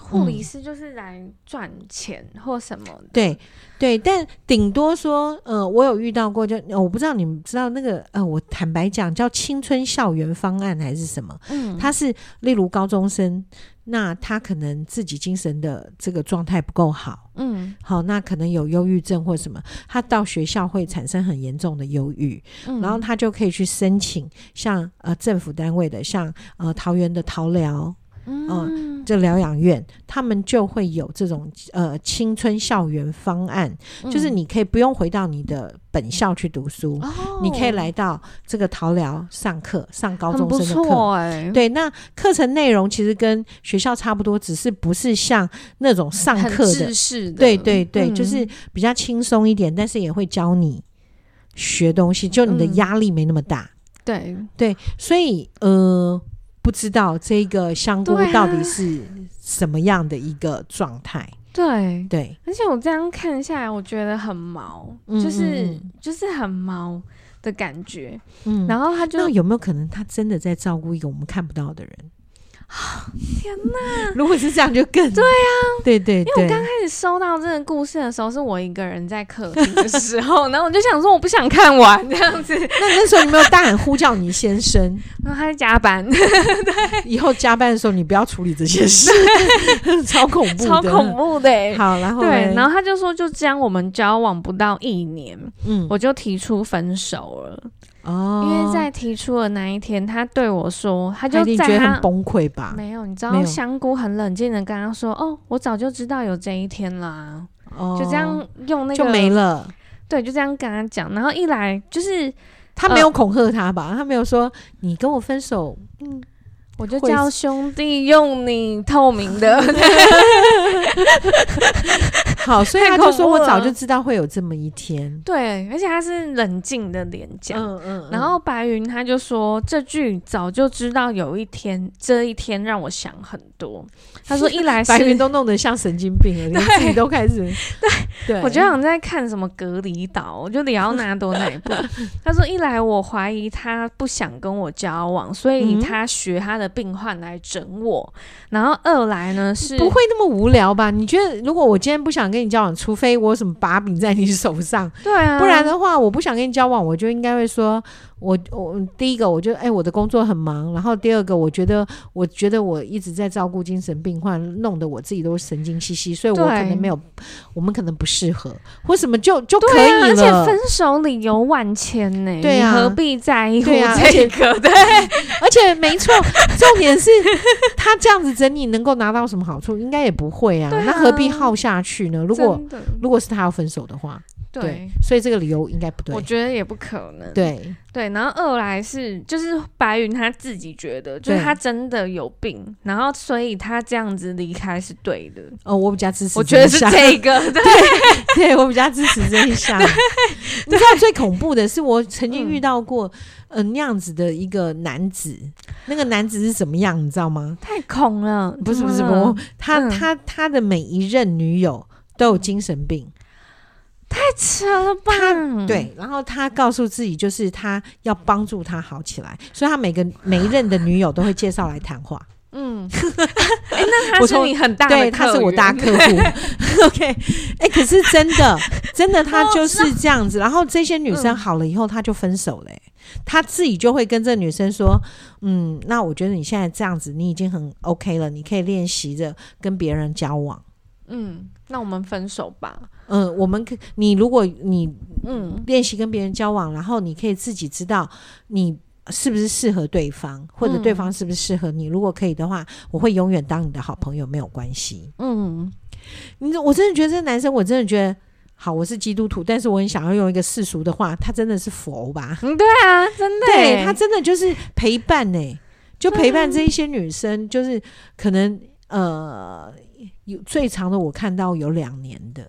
Speaker 1: 护理
Speaker 2: 嗯
Speaker 1: 师就是来赚钱或什么的。
Speaker 2: 对对，但顶多说，呃，我有遇到过就，呃我不知道你们知道那个，呃，我坦白讲，叫青春校园方案还是什么？
Speaker 1: 嗯，
Speaker 2: 他是例如高中生，那他可能自己精神的这个状态不够好，
Speaker 1: 嗯
Speaker 2: 好，那可能有忧郁症或什么，他到学校会产生很严重的忧郁，
Speaker 1: 嗯，
Speaker 2: 然后他就可以去申请像呃政府单位的，像呃桃园的桃疗呃
Speaker 1: 嗯
Speaker 2: 这疗养院，他们就会有这种呃青春校园方案，就是你可以不用回到你的本校去读书，
Speaker 1: 嗯哦
Speaker 2: 你可以来到这个桃疗上课，上高
Speaker 1: 很
Speaker 2: 中
Speaker 1: 不
Speaker 2: 生的课。
Speaker 1: 错哎，
Speaker 2: 对，那课程内容其实跟学校差不多，只是不是像那种上
Speaker 1: 很
Speaker 2: 课的
Speaker 1: 制式的，
Speaker 2: 对对对，
Speaker 1: 嗯
Speaker 2: 就是比较轻松一点，但是也会教你学东西，就你的
Speaker 1: 嗯
Speaker 2: 压力没那么大。
Speaker 1: 对，
Speaker 2: 对，所以呃，不知道这个香菇
Speaker 1: 对啊
Speaker 2: 到底是什么样的一个状态。
Speaker 1: 对，
Speaker 2: 对，
Speaker 1: 而且我这样看下来，我觉得很毛，
Speaker 2: 嗯
Speaker 1: 就是、
Speaker 2: 嗯嗯
Speaker 1: 就是很毛的感觉。
Speaker 2: 嗯。
Speaker 1: 然后他
Speaker 2: 那
Speaker 1: 就
Speaker 2: 有没有可能他真的在照顾一个我们看不到的人？
Speaker 1: 天哪！
Speaker 2: (laughs) 如果是这样，就更对啊，对对对，
Speaker 1: 开始收到这个故事的时候，是我一个人在客厅的时候，然后我就想说我不想看完这样子，
Speaker 2: 那那时候你没有大喊呼叫你
Speaker 1: (laughs)
Speaker 2: 先生，
Speaker 1: 然后他在加班，
Speaker 2: 以后加班的时候你不要处理这
Speaker 1: (laughs)
Speaker 2: 些事，超恐怖的，
Speaker 1: 超恐怖的欸、
Speaker 2: 好，然后
Speaker 1: 对，
Speaker 2: 嘞
Speaker 1: 然后他就说，就这样，我们交往不到一年，
Speaker 2: 嗯，
Speaker 1: 我就提出分手了。
Speaker 2: 哦，
Speaker 1: 因为在提出的那一天，他对我说，他
Speaker 2: 他
Speaker 1: 就
Speaker 2: 一定
Speaker 1: 在
Speaker 2: 觉得
Speaker 1: 他
Speaker 2: 很崩溃吧？
Speaker 1: 没有，你知
Speaker 2: 没
Speaker 1: 道
Speaker 2: 有
Speaker 1: 香菇很冷静的跟他说，哦，我早就知道有这一天啦，
Speaker 2: 哦，
Speaker 1: 就这样用那个
Speaker 2: 就没，了。
Speaker 1: 对，就这样跟他讲。然后一来就是，
Speaker 2: 他没有
Speaker 1: 呃
Speaker 2: 恐吓他吧？他没有说你跟我分手，
Speaker 1: 我就
Speaker 2: 会
Speaker 1: 叫兄弟用你透明的，
Speaker 2: (laughs) 好，所
Speaker 1: (laughs)
Speaker 2: 以
Speaker 1: 太
Speaker 2: 他就
Speaker 1: 恐
Speaker 2: 说
Speaker 1: 怖
Speaker 2: 我
Speaker 1: 了
Speaker 2: 早就知道会有这么一天。
Speaker 1: 对，而且他是冷静的脸讲。
Speaker 2: 嗯嗯
Speaker 1: 然后白云他就说这句早就知道有一天这一天让我想很多。他说一 (laughs) 来是
Speaker 2: 白云都弄得像神经病了，欸连自己都开始。对，
Speaker 1: 我就想在看什么隔离岛，我就里奥纳多那一部。 (laughs) 他说一来我怀疑他不想跟我交往，所以
Speaker 2: 嗯
Speaker 1: 他学他的病患来整我。然后二来呢是
Speaker 2: 不会那么无聊吧？你觉得如果我今天不想跟你交往，除非我有什么把柄在你手上，
Speaker 1: 对啊，
Speaker 2: 不然的话，我不想跟你交往，我就应该会说，我我第一个我就哎、我的工作很忙，然后第二个我觉得我觉得我一直在照顾精神病患，弄得我自己都神经兮兮，所以我
Speaker 1: 对
Speaker 2: 可能没有，我们可能不适合，或什么就就可
Speaker 1: 对啊，
Speaker 2: 以
Speaker 1: 而且
Speaker 2: 了。
Speaker 1: 分手理由万千呢、
Speaker 2: 对啊
Speaker 1: 你何必在乎
Speaker 2: 对啊
Speaker 1: 这个？对，
Speaker 2: 而且
Speaker 1: (laughs)
Speaker 2: 没错，重点是他这样子整你能够拿到什么好处？应该也不会啊，
Speaker 1: 对啊
Speaker 2: 那何必耗下去呢？如果
Speaker 1: 真的
Speaker 2: 如果是他要分手的话，
Speaker 1: 对。
Speaker 2: 对所以这个理由应该不对
Speaker 1: 我。觉得也不可能，
Speaker 2: 对，
Speaker 1: 对，然后二来是就是白云他自己觉得，就是
Speaker 2: 对
Speaker 1: 他真的有病，然后所以他这样子离开是对的，
Speaker 2: 哦，我比较支持
Speaker 1: 我
Speaker 2: 这
Speaker 1: 觉
Speaker 2: 一
Speaker 1: 得是
Speaker 2: 项
Speaker 1: 这个，对，
Speaker 2: (laughs) 对我比较支持这一项。你知道最恐怖的是，我曾经遇到过，
Speaker 1: 嗯
Speaker 2: 呃，那样子的一个男子，那个男子是什么样，你知道吗？
Speaker 1: 太恐了，
Speaker 2: 不是不是
Speaker 1: 怎
Speaker 2: 不
Speaker 1: 么了
Speaker 2: 是，他、
Speaker 1: 嗯
Speaker 2: 他他的每一任女友都有精神病，
Speaker 1: 太扯了吧？
Speaker 2: 对，然后他告诉自己，就是他要帮助他好起来，所以他每个每一任的女友都会介绍来谈话。 (laughs)
Speaker 1: 嗯，哎、那他
Speaker 2: 我
Speaker 1: 是
Speaker 2: 从
Speaker 1: 你很大的
Speaker 2: 对，他是我大
Speaker 1: 客 (laughs)
Speaker 2: 客户。OK，哎、可是真的，真的，他就是这样子。然后这些女生
Speaker 1: 嗯
Speaker 2: 好了以后，他就分手了、欸他自己就会跟这女生说：“嗯，那我觉得你现在这样子，你已经很 OK 了，你可以练习着跟别人交往。
Speaker 1: 人，嗯，那我们分手吧，
Speaker 2: 嗯、我们可你如果你
Speaker 1: 嗯，
Speaker 2: 练习跟别人交往，然后你可以自己知道你是不是适合对方，或者
Speaker 1: 嗯
Speaker 2: 对方是不是适合你。如果可以的话，我会永远当你的好朋友，没有关系。”
Speaker 1: 嗯，
Speaker 2: 你知我真的觉得这男生，我真的觉得好，我是基督徒，但是我很想要用一个世俗的话，他真的是佛吧？
Speaker 1: 嗯，对啊啊，真的耶，
Speaker 2: 对他真的就是陪伴呢、就陪伴这一些女生，就是可能呃，有最长的我看到有两年的，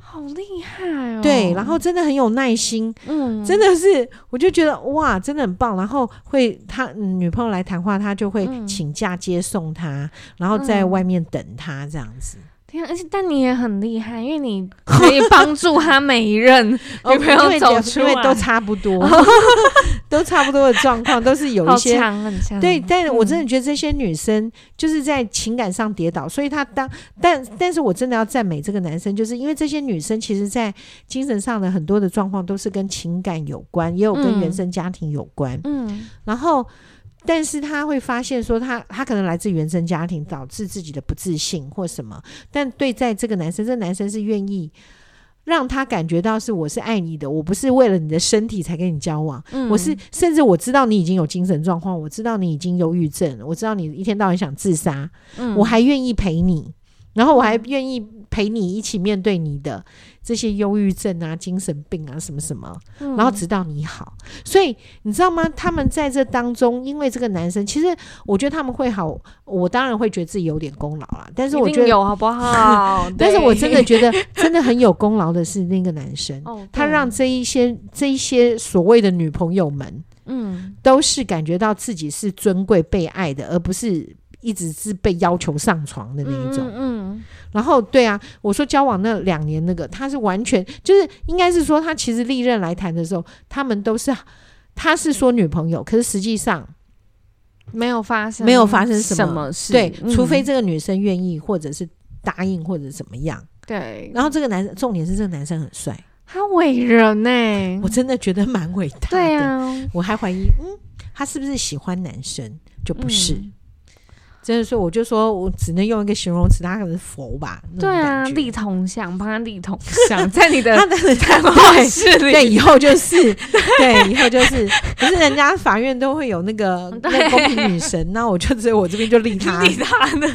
Speaker 1: 好厉害哦，
Speaker 2: 对，然后真的很有耐心，
Speaker 1: 嗯，
Speaker 2: 真的是，我就觉得哇，真的很棒。然后会他、嗯女朋友来谈话，他就会
Speaker 1: 嗯
Speaker 2: 请假接送她，然后在
Speaker 1: 嗯
Speaker 2: 外面等她这样子。
Speaker 1: 天啊，而且但你也很厉害，因为你可以帮助他每一任嗯女朋
Speaker 2: 哦因
Speaker 1: 友
Speaker 2: 为
Speaker 1: 走
Speaker 2: 两
Speaker 1: 出
Speaker 2: 因
Speaker 1: 来，
Speaker 2: 为都差不多，
Speaker 1: (laughs)
Speaker 2: 都差不多的状况，都是 (laughs) 有
Speaker 1: 好啊嗯
Speaker 2: 一些。
Speaker 1: 强，很强。
Speaker 2: 对，但是我真的觉得这些女生就是在情感上跌倒，所以她当但但是我真的要赞美这个男生，就是因为这些女生其实，在精神上的很多的状况都是跟情感有关，也有跟
Speaker 1: 嗯
Speaker 2: 原生家庭有关。
Speaker 1: 嗯，
Speaker 2: 然后，但是他会发现说他，他可能来自原生家庭，导致自己的不自信或什么。但对在这个男生，这男生是愿意让他感觉到是我是爱你的，我不是为了你的身体才跟你交往，
Speaker 1: 嗯，
Speaker 2: 我是甚至我知道你已经有精神状况，我知道你已经忧郁症，我知道你一天到晚想自杀，
Speaker 1: 嗯，
Speaker 2: 我还愿意陪你，然后我还愿意陪你一起面对你的这些忧郁症啊、精神病啊什么什么。
Speaker 1: 嗯，
Speaker 2: 然后直到你好。所以你知道吗？他们在这当中，因为这个男生，其实我觉得他们会好，我当然会觉得自己有点功劳啦。但
Speaker 1: 一
Speaker 2: 是
Speaker 1: 定
Speaker 2: 我觉得，
Speaker 1: 有好不好
Speaker 2: (laughs) ？但是我
Speaker 1: 对
Speaker 2: 真
Speaker 1: (laughs)
Speaker 2: 的觉得真的很有功劳的是那个男生，
Speaker 1: 哦，
Speaker 2: 他
Speaker 1: 对
Speaker 2: 让这一些这一些所谓的女朋友们
Speaker 1: 嗯
Speaker 2: 都是感觉到自己是尊贵被爱的，而不是。一直是被要求上床的那一种。
Speaker 1: 嗯
Speaker 2: 然后对啊，我说交往那两年那个，他是完全就是应该是说他其实历任来谈的时候，他们都是他是说女朋友，可是实际上
Speaker 1: 没有发生，
Speaker 2: 没有发生
Speaker 1: 什
Speaker 2: 什
Speaker 1: 么事，
Speaker 2: 对，
Speaker 1: 嗯
Speaker 2: 除非这个女生愿意或者是答应或者怎么样。
Speaker 1: 对，
Speaker 2: 然后这个男生重点是这个男生很帅，
Speaker 1: 他伟人呢、
Speaker 2: 我真的觉得蛮伟大的。
Speaker 1: 嗯对啊，
Speaker 2: 我还怀疑，嗯，他是不是喜欢男生？就不是，
Speaker 1: 嗯
Speaker 2: 真的说，我就说我只能用一个形容词，他可能是佛吧，那种
Speaker 1: 对啊，
Speaker 2: 感觉
Speaker 1: 立铜像，帮他立铜
Speaker 2: (laughs)
Speaker 1: 像，在你的 (laughs)
Speaker 2: 他的
Speaker 1: 谈话
Speaker 2: 对
Speaker 1: 室里，
Speaker 2: 对，以
Speaker 1: (laughs)
Speaker 2: 后就是，对，以后就是，可是人家法院都会有那
Speaker 1: (laughs)
Speaker 2: 个那个公平女神，那我就只有我这边就立他，
Speaker 1: 立
Speaker 2: 人
Speaker 1: 他
Speaker 2: (laughs)
Speaker 1: 的，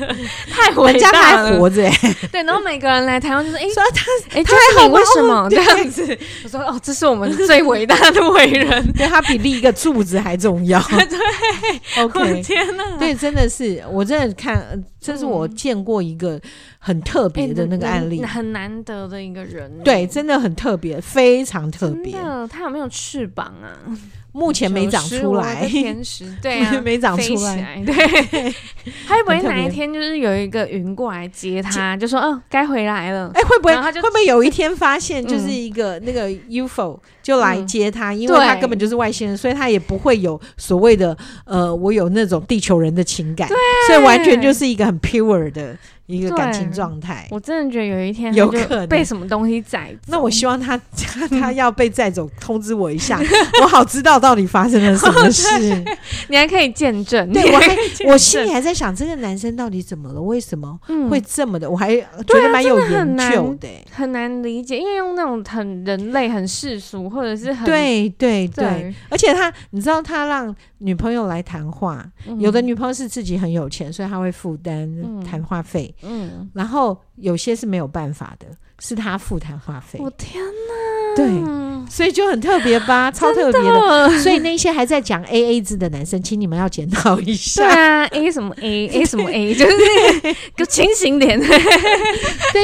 Speaker 1: 太伟
Speaker 2: 家
Speaker 1: 大
Speaker 2: 还
Speaker 1: 了。
Speaker 2: 活着、欸，
Speaker 1: 对，然后每个人来台湾就说：“哎、
Speaker 2: 说他
Speaker 1: 哎，就
Speaker 2: 他还
Speaker 1: 是
Speaker 2: 好
Speaker 1: 你
Speaker 2: 吗
Speaker 1: 为什么这
Speaker 2: 对
Speaker 1: 样子？”我说：“哦，这是我们最伟大的伟人。
Speaker 2: 对他比立一个柱子还重
Speaker 1: (laughs)
Speaker 2: 要。 (laughs) 对
Speaker 1: 我的
Speaker 2: ，OK，
Speaker 1: 天哪！
Speaker 2: 对，真的是，我真的看，呃这是我见过一个很特
Speaker 1: 嗯哎，
Speaker 2: 别的那个案例
Speaker 1: 很，很难得的一个人。欸
Speaker 2: 对，真的很特别，非常特
Speaker 1: 真
Speaker 2: 别，
Speaker 1: 的，他有没有翅膀啊？
Speaker 2: 目前没长
Speaker 1: 九十
Speaker 2: 出
Speaker 1: 我
Speaker 2: 来
Speaker 1: 的，天
Speaker 2: (laughs)
Speaker 1: 使，对啊，
Speaker 2: 没长
Speaker 1: 飞
Speaker 2: 出
Speaker 1: 起来。
Speaker 2: 来。(laughs)
Speaker 1: 对，他会不会
Speaker 2: 很特
Speaker 1: 哪一
Speaker 2: 别
Speaker 1: 天就是有一个云过来接他，就说：“哦，该回来了。”
Speaker 2: (laughs) 哎、会不会
Speaker 1: 然后他就
Speaker 2: 会不会有一天发现，就是
Speaker 1: 嗯
Speaker 2: 一个、那个 UFO 就来
Speaker 1: 嗯
Speaker 2: 接他，因为他根本就是外星人，所以他也不会有所谓的呃，我有那种地球人的情感，所以完全就是一个很 pure 的一个感情
Speaker 1: 对
Speaker 2: 状态。
Speaker 1: 我真的觉得有一天
Speaker 2: 有
Speaker 1: 他就
Speaker 2: 可能
Speaker 1: 被什么东西宰走。
Speaker 2: 那我希望
Speaker 1: (laughs)
Speaker 2: 他他他要被载走，通知我一下， (laughs) 我好知道到底发生了什么事。
Speaker 1: (laughs) 你还可以见证，
Speaker 2: 对我还我心
Speaker 1: 证
Speaker 2: 里还在想，这个男生到底怎么了？为什么
Speaker 1: (laughs) 嗯
Speaker 2: 会这么的？我还呃觉得蛮有
Speaker 1: 啊真的很
Speaker 2: 研究
Speaker 1: 难
Speaker 2: 的欸、
Speaker 1: 很难理解，因为用那种很人类、很世俗，或者是很
Speaker 2: 对对对，
Speaker 1: 对，
Speaker 2: 而且他，你知道他让女朋友来谈话，
Speaker 1: 嗯
Speaker 2: 有的女朋友是自己很有钱，所以他会负担
Speaker 1: 嗯
Speaker 2: 谈话费，
Speaker 1: 嗯，
Speaker 2: 然后有些是没有办法的，是他付谈话费，
Speaker 1: 我天哪，嗯
Speaker 2: 对所以就很特别
Speaker 1: (laughs)
Speaker 2: 吧，超特别的。
Speaker 1: 呃，
Speaker 2: 所以那些还在讲 A A 制的男生，请你们要检讨一
Speaker 1: 对
Speaker 2: 下。
Speaker 1: (laughs) 啊，A 什么 A，A 什么 A，就是给我清醒点，
Speaker 2: (laughs) 对，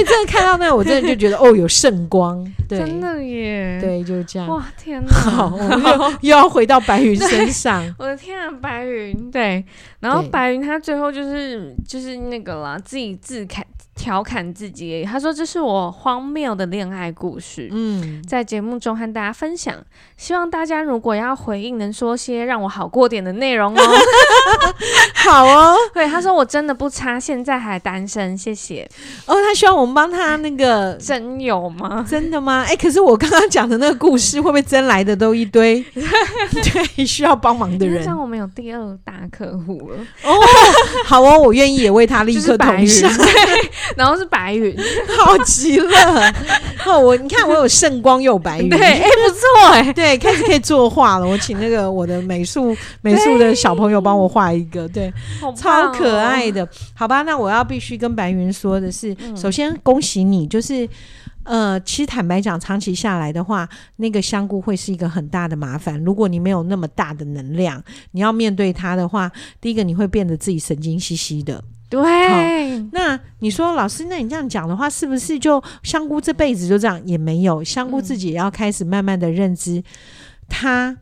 Speaker 2: 真的看到那个我真的就觉得哦，有
Speaker 1: (laughs)
Speaker 2: 圣光，对，
Speaker 1: 真的耶，，
Speaker 2: 对，就是这样。
Speaker 1: 哇，天
Speaker 2: (laughs) 好，
Speaker 1: 哪！
Speaker 2: 我们又又要回到白云身上。
Speaker 1: (laughs) 我的天啊，白云对，然后
Speaker 2: 对
Speaker 1: 白云他最后就是就是那个啦，自己自砍调侃自己，他说这是我荒谬的恋爱故事， (laughs)
Speaker 2: 嗯，
Speaker 1: 在节目中和大家分享。希望大家如果要回应，能说些让我好过点的内 (laughs) 容哦。
Speaker 2: 好哦。
Speaker 1: 对，他说我真的不差，现在还单身，谢谢。
Speaker 2: (laughs) 哦，他希望我们帮他那个
Speaker 1: 真有吗？
Speaker 2: (laughs) 真的吗？哎、可是我刚刚讲的那个故事，会不会真来的都
Speaker 1: (laughs)
Speaker 2: 一堆对需要帮忙
Speaker 1: 那
Speaker 2: 的人
Speaker 1: 这？样我们有第二大客户了，
Speaker 2: 哦，好哦，我愿意也为他立
Speaker 1: 就是
Speaker 2: 刻
Speaker 1: 白
Speaker 2: 同
Speaker 1: 云，
Speaker 2: 上，
Speaker 1: 对，然后是白云，
Speaker 2: (laughs) 好极了。哦，我你看我有圣光又白云
Speaker 1: 对，。哎、不错哎、
Speaker 2: 对，开始可以作画了。我请那个我的美术美术的小朋友帮我画一个，对，
Speaker 1: 好棒哦
Speaker 2: 超可爱的。好吧，那我要必须跟白云说的是，
Speaker 1: 嗯
Speaker 2: 首先恭喜你，就是呃，其实坦白讲，长期下来的话，那个香菇会是一个很大的麻烦。如果你没有那么大的能量，你要面对它的话，第一个你会变得自己神经兮兮的。
Speaker 1: 对，
Speaker 2: 那你说，老师，那你这样讲的话，是不是就香菇这辈子就这样？也没有，香菇
Speaker 1: 嗯
Speaker 2: 自己也要开始慢慢的认知它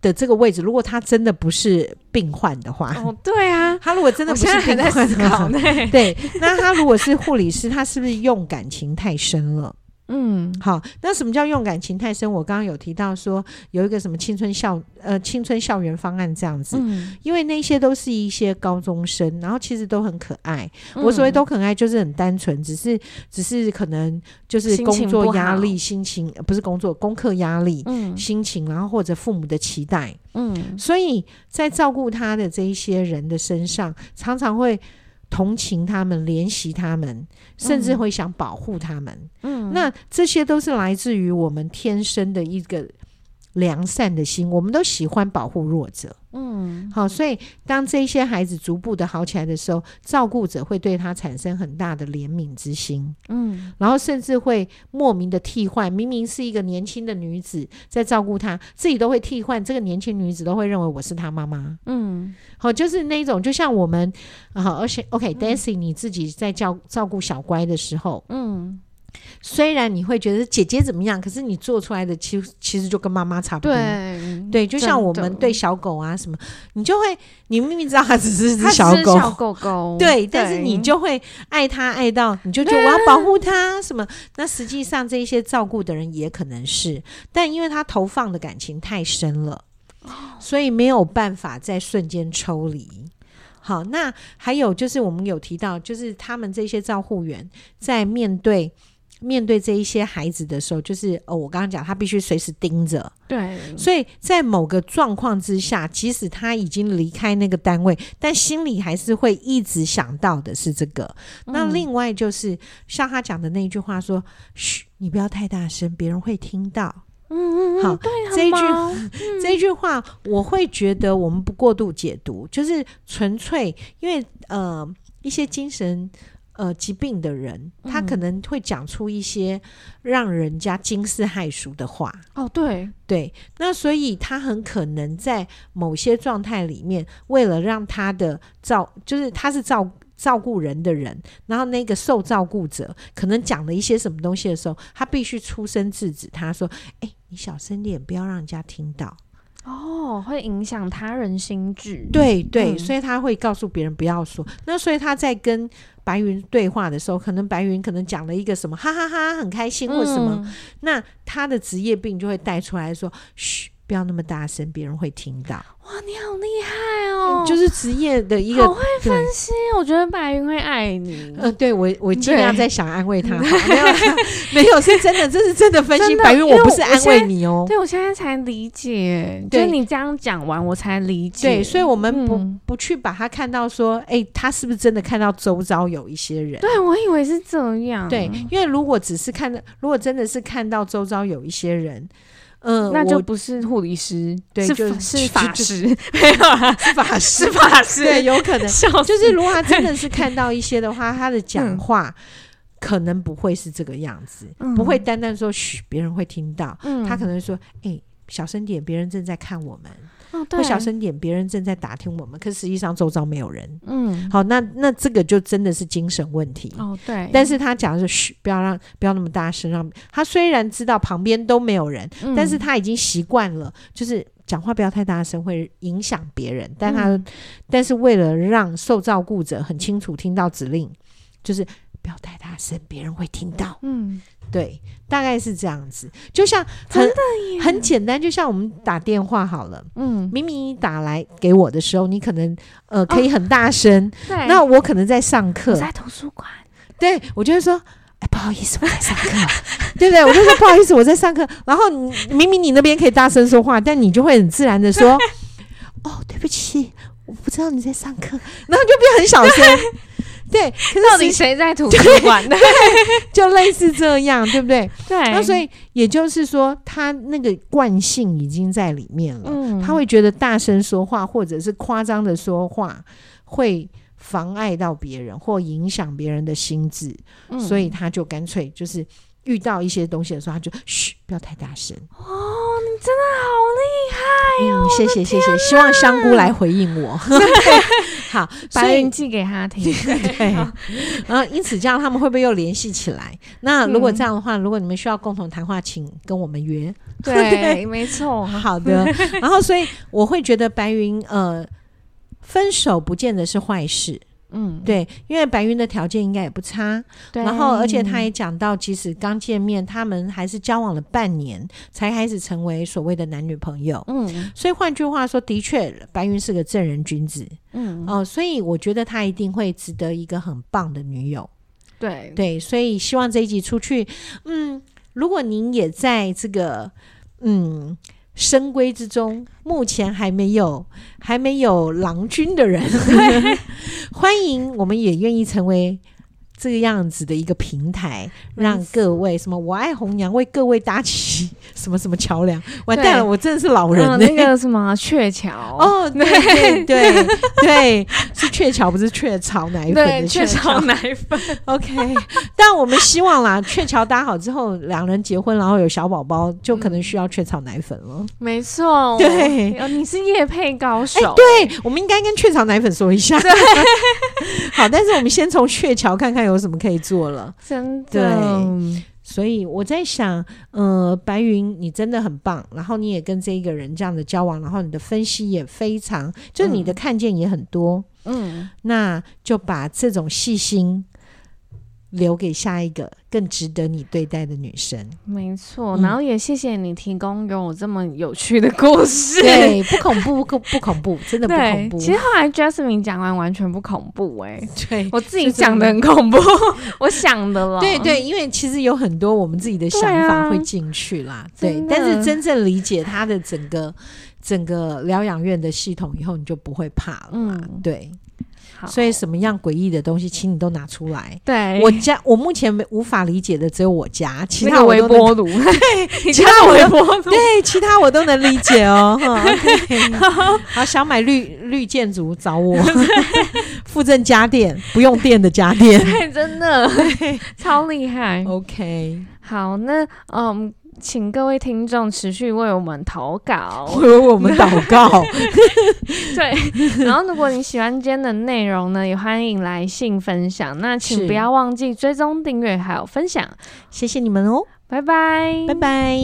Speaker 2: 的这个位置。如果它真的不是病患的话，
Speaker 1: 哦，对啊， (laughs)
Speaker 2: 他如果真的
Speaker 1: 我
Speaker 2: 不
Speaker 1: 现在
Speaker 2: 是
Speaker 1: 还
Speaker 2: 病
Speaker 1: 在
Speaker 2: 患
Speaker 1: 思
Speaker 2: 的
Speaker 1: 考
Speaker 2: 话
Speaker 1: 呢，。
Speaker 2: (laughs) 对，那他如果是护理师，他是不是用感情太深了？
Speaker 1: 嗯，
Speaker 2: 好，那什么叫用感情太深？我刚刚有提到说有一个什么青春校呃青春校园方案这样子，
Speaker 1: 嗯，
Speaker 2: 因为那些都是一些高中生，然后其实都很可爱。
Speaker 1: 嗯
Speaker 2: 我所谓都很爱，就是很单纯，只是只是可能就是
Speaker 1: 心情
Speaker 2: 工作
Speaker 1: 不
Speaker 2: 压
Speaker 1: 好
Speaker 2: 力、心情呃不是工作功课压力、
Speaker 1: 嗯
Speaker 2: 心情，然后或者父母的期待，
Speaker 1: 嗯
Speaker 2: 所以在照顾他的这一些人的身上，常常会同情他们、怜惜他们，甚至
Speaker 1: 嗯
Speaker 2: 会想保护他们。
Speaker 1: 嗯，
Speaker 2: 那这些都是来自于我们天生的一个良善的心，我们都喜欢保护弱者。
Speaker 1: 嗯
Speaker 2: 好，所以当这些孩子逐步的好起来的时候，照顾者会对他产生很大的怜悯之心，
Speaker 1: 嗯
Speaker 2: 然后甚至会莫名的替换，明明是一个年轻的女子在照顾他，自己都会替换，这个年轻女子都会认为我是她妈妈。
Speaker 1: 嗯
Speaker 2: 好，就是那种，就像我们啊，而且 OK，Daisy，、你自己在照照顾小乖的时候，
Speaker 1: 嗯
Speaker 2: 虽然你会觉得姐姐怎么样，可是你做出来的其实其实就跟妈妈差不多。
Speaker 1: 对
Speaker 2: 嗯对，就像我
Speaker 1: 真
Speaker 2: 们
Speaker 1: 的
Speaker 2: 对小狗啊什么，你就会，你明明知道它只是一
Speaker 1: 它
Speaker 2: 只
Speaker 1: 只
Speaker 2: 小
Speaker 1: 是
Speaker 2: 狗，
Speaker 1: 小狗狗，
Speaker 2: (laughs) 对，但是你就会爱它爱到，你就觉得我要保护它什么。那实际上这一些照顾的人也可能是，但因为他投放的感情太深了，所以没有办法在瞬间抽离。好，那还有就是我们有提到，就是他们这些照护员在面对面对这一些孩子的时候，就是哦，我刚刚讲他必须随时盯着，
Speaker 1: 对
Speaker 2: 所以在某个状况之下，即使他已经离开那个单位，但心里还是会一直想到的是这个。那
Speaker 1: 嗯
Speaker 2: 另外就是、像他讲的那句话说：“嘘，你不要太大声，别人会听到。
Speaker 1: 嗯嗯嗯
Speaker 2: 好
Speaker 1: 对啊
Speaker 2: 这一句
Speaker 1: 猫
Speaker 2: 这一句话我会觉得我们不过度解读，就是纯粹因为呃一些精神。呃，疾病的人，他
Speaker 1: 嗯
Speaker 2: 可能会讲出一些让人家惊世骇俗的话。
Speaker 1: 哦
Speaker 2: (laughs)
Speaker 1: 对，
Speaker 2: 对，那所以他很可能在某些状态里面，为了让他的照，就是他是照照顾人的人，然后那个受照顾者可能讲了一些什么东西的时候，他必须出声制止他说：“哎、你小声点，不要让人家听到。
Speaker 1: 哦会影响他人心智，
Speaker 2: 对”对
Speaker 1: 嗯
Speaker 2: 所以他会告诉别人不要说。那所以他在跟白云对话的时候，可能白云可能讲了一个什么，哈哈哈很开心或什么，
Speaker 1: 嗯
Speaker 2: 那他的职业病就会带出来说：“嘘，不要那么大声，别人会听到。”
Speaker 1: 哇，你好厉害哦！
Speaker 2: 嗯就是职业的一个
Speaker 1: 好会
Speaker 2: 对。
Speaker 1: 分析，我觉得白云会爱你。
Speaker 2: 呃，对我，我尽
Speaker 1: 对
Speaker 2: 量在想安慰他，没有啦， (laughs) 没有，是真的，这是真的分析。
Speaker 1: 真的
Speaker 2: 白云，
Speaker 1: 因为
Speaker 2: 我不是安
Speaker 1: 我
Speaker 2: 慰
Speaker 1: 现
Speaker 2: 你哦、
Speaker 1: 对，我现在才理解，就
Speaker 2: 对
Speaker 1: 是你这样讲完，我才理解。
Speaker 2: 对，所以我们不、
Speaker 1: 嗯
Speaker 2: 不去把他看到说，哎、他是不是真的看到周遭有一些人？
Speaker 1: 对嗯我以为是这样，
Speaker 2: 对，因为如果只是看到，如果真的是看到周遭有一些人，嗯、
Speaker 1: 那就
Speaker 2: 我
Speaker 1: 不是护理师，
Speaker 2: 对
Speaker 1: 是
Speaker 2: 就
Speaker 1: 法
Speaker 2: 就是
Speaker 1: 法
Speaker 2: 就
Speaker 1: 师，没有啦，
Speaker 2: 是法师
Speaker 1: 是法师，
Speaker 2: 对，，有可
Speaker 1: (laughs)
Speaker 2: 能。
Speaker 1: 笑死，
Speaker 2: 就是如果他真的是看到一些的话，他的讲话可能不会是这个样子，
Speaker 1: 嗯
Speaker 2: 不会单单说“嘘”，别人会听到。
Speaker 1: 嗯
Speaker 2: 他可能会说：“哎、小声点，别人正在看我们；
Speaker 1: 能
Speaker 2: 或小，声点，别人正在打听我们。”可实际上周遭没有人。
Speaker 1: 嗯，
Speaker 2: 好，那那这个就真的是精神问题。
Speaker 1: 哦对，
Speaker 2: 但是他讲的是嘘，不要让不要那么大声，让他虽然知道旁边都没有人，
Speaker 1: 嗯
Speaker 2: 但是他已经习惯了，就是讲话不要太大声，会影响别人。但他、
Speaker 1: 嗯
Speaker 2: 但是为了让受照顾者很清楚听到指令，就是不要太大声，别人会听到。
Speaker 1: 嗯，
Speaker 2: 对，大概是这样子。就像很
Speaker 1: 真的耶，
Speaker 2: 很简单，就像我们打电话好了。
Speaker 1: 嗯，
Speaker 2: 明明你打来给我的时候，你可能呃可以很大声，
Speaker 1: 对，
Speaker 2: 那我可能在上
Speaker 1: 哦我
Speaker 2: 课，
Speaker 1: 在图书馆，
Speaker 2: 对我就会说，哎，不好意思，我在上课， (laughs) 对不对？我就说不好意思，我在上课。然后你明明你那边可以大声说话，但你就会很自然
Speaker 1: (laughs)
Speaker 2: 的说，哦，对不起，我不知道你在上课，然后你就变很小
Speaker 1: (laughs)
Speaker 2: 声。对，
Speaker 1: 到
Speaker 2: 可
Speaker 1: 底
Speaker 2: 是实
Speaker 1: 谁在图书馆呢？
Speaker 2: 就类似这样，对不对？
Speaker 1: 对，
Speaker 2: 那所以也就是说，他那个惯性已经在里面了。
Speaker 1: 嗯
Speaker 2: 他会觉得大声说话或者是夸张的说话会妨碍到别人或影响别人的心智，
Speaker 1: 嗯
Speaker 2: 所以他就干脆就是遇到一些东西的时候，他就嘘，不要太大声。
Speaker 1: 哦，你真的好厉害哦！
Speaker 2: 嗯，谢谢谢谢，希望香菇来回应
Speaker 1: (laughs)
Speaker 2: 我。好，所
Speaker 1: 白
Speaker 2: 以
Speaker 1: 云寄给他听，
Speaker 2: 对，然后因此这样他们会不会又联系起来？那如
Speaker 1: 嗯
Speaker 2: 果这样的话，如果你们需要共同谈话，请跟我们约。
Speaker 1: (laughs) 对，没错，
Speaker 2: 好的， (laughs) 然后所以我会觉得白云呃，分手不见得是坏事，
Speaker 1: 嗯，
Speaker 2: 对，因为白云的条件应该也不差，
Speaker 1: 对，
Speaker 2: 然后而且他也讲到，即使刚见面，他们还是交往了半年，才开始成为所谓的男女朋友。
Speaker 1: 嗯
Speaker 2: 所以换句话说，的确，白云是个正人君子
Speaker 1: 嗯，
Speaker 2: 哦、所以我觉得他一定会值得一个很棒的女友。
Speaker 1: 对，
Speaker 2: 对，所以希望这一集出去，嗯，如果您也在这个嗯深闺之中，目前还没有还没有郎君的人， (laughs) 欢迎，我们也愿意成为。这样子的一个平台，
Speaker 1: 没
Speaker 2: 让各位什么我爱红娘为各位搭起什么什么桥梁。完蛋了，
Speaker 1: 对
Speaker 2: 我真的是老人、
Speaker 1: 嗯
Speaker 2: 呢。
Speaker 1: 那个什么鹊桥，
Speaker 2: 哦，对对对对， (laughs) 是鹊桥不是鹊巢奶粉
Speaker 1: 对，
Speaker 2: 的
Speaker 1: 鹊
Speaker 2: 巢
Speaker 1: 桥奶粉，
Speaker 2: OK，但 (laughs) 我们希望啦，鹊桥搭好之后，两人结婚，然后有小宝宝，就可能需要雀巢奶粉了。
Speaker 1: 没错，
Speaker 2: 对
Speaker 1: 哦，你是夜配高
Speaker 2: 哎、
Speaker 1: 手，
Speaker 2: 对，我们应该跟雀巢奶粉说一下。 (laughs) 好，但是我们先从鹊桥看看有什么可以做了。
Speaker 1: 真的，
Speaker 2: 对所以我在想，呃，白云，你真的很棒，然后你也跟这一个人这样的交往，然后你的分析也非常，就你的看见也很多，
Speaker 1: 嗯，
Speaker 2: 那就把这种细心留给下一个更值得你对待的女生。
Speaker 1: 没错。
Speaker 2: 嗯
Speaker 1: 然后也谢谢你提供给我这么有趣的故事。
Speaker 2: 对，不恐怖，不不恐怖，真的不
Speaker 1: 对
Speaker 2: 恐怖。
Speaker 1: 其实后来 Jasmine 讲完完全不恐怖哎、
Speaker 2: (laughs) 对。
Speaker 1: 我自己讲的很 (laughs) 恐怖，我想的了。
Speaker 2: 对对，因为其实有很多我们自己的想
Speaker 1: 嗯对
Speaker 2: 法
Speaker 1: 啊
Speaker 2: 会进去啦，
Speaker 1: 真的
Speaker 2: 对但是真正理解他的整个整个疗养院的系统以后，你就不会怕了嘛。
Speaker 1: 嗯
Speaker 2: 对，
Speaker 1: 好，
Speaker 2: 所以什么样诡异的东西，请你都拿出来。
Speaker 1: 对
Speaker 2: 我家我目前没无法理解的只有我家，其
Speaker 1: 哎那个
Speaker 2: 他我
Speaker 1: 微
Speaker 2: 都能
Speaker 1: (laughs) 波炉，你
Speaker 2: 其
Speaker 1: 家
Speaker 2: 他
Speaker 1: 的
Speaker 2: 我
Speaker 1: 微
Speaker 2: 都
Speaker 1: 波炉，
Speaker 2: 对，其他我都能理解哦。哈
Speaker 1: (laughs)
Speaker 2: OK 好，想买绿绿建筑找我， (laughs) 附赠家电，不用电的家电。
Speaker 1: 对，真的超厉害。
Speaker 2: 哦 OK，
Speaker 1: 好，那嗯，请各位听众持续为我们投稿。
Speaker 2: (laughs) 我为我们祷 (laughs) 告。
Speaker 1: 对，然后如果你喜欢今天的内容呢，也欢迎来信分享。那请
Speaker 2: 是
Speaker 1: 不要忘记追踪、订阅还有分享，
Speaker 2: 谢谢你们哦，
Speaker 1: 拜拜，
Speaker 2: 拜拜。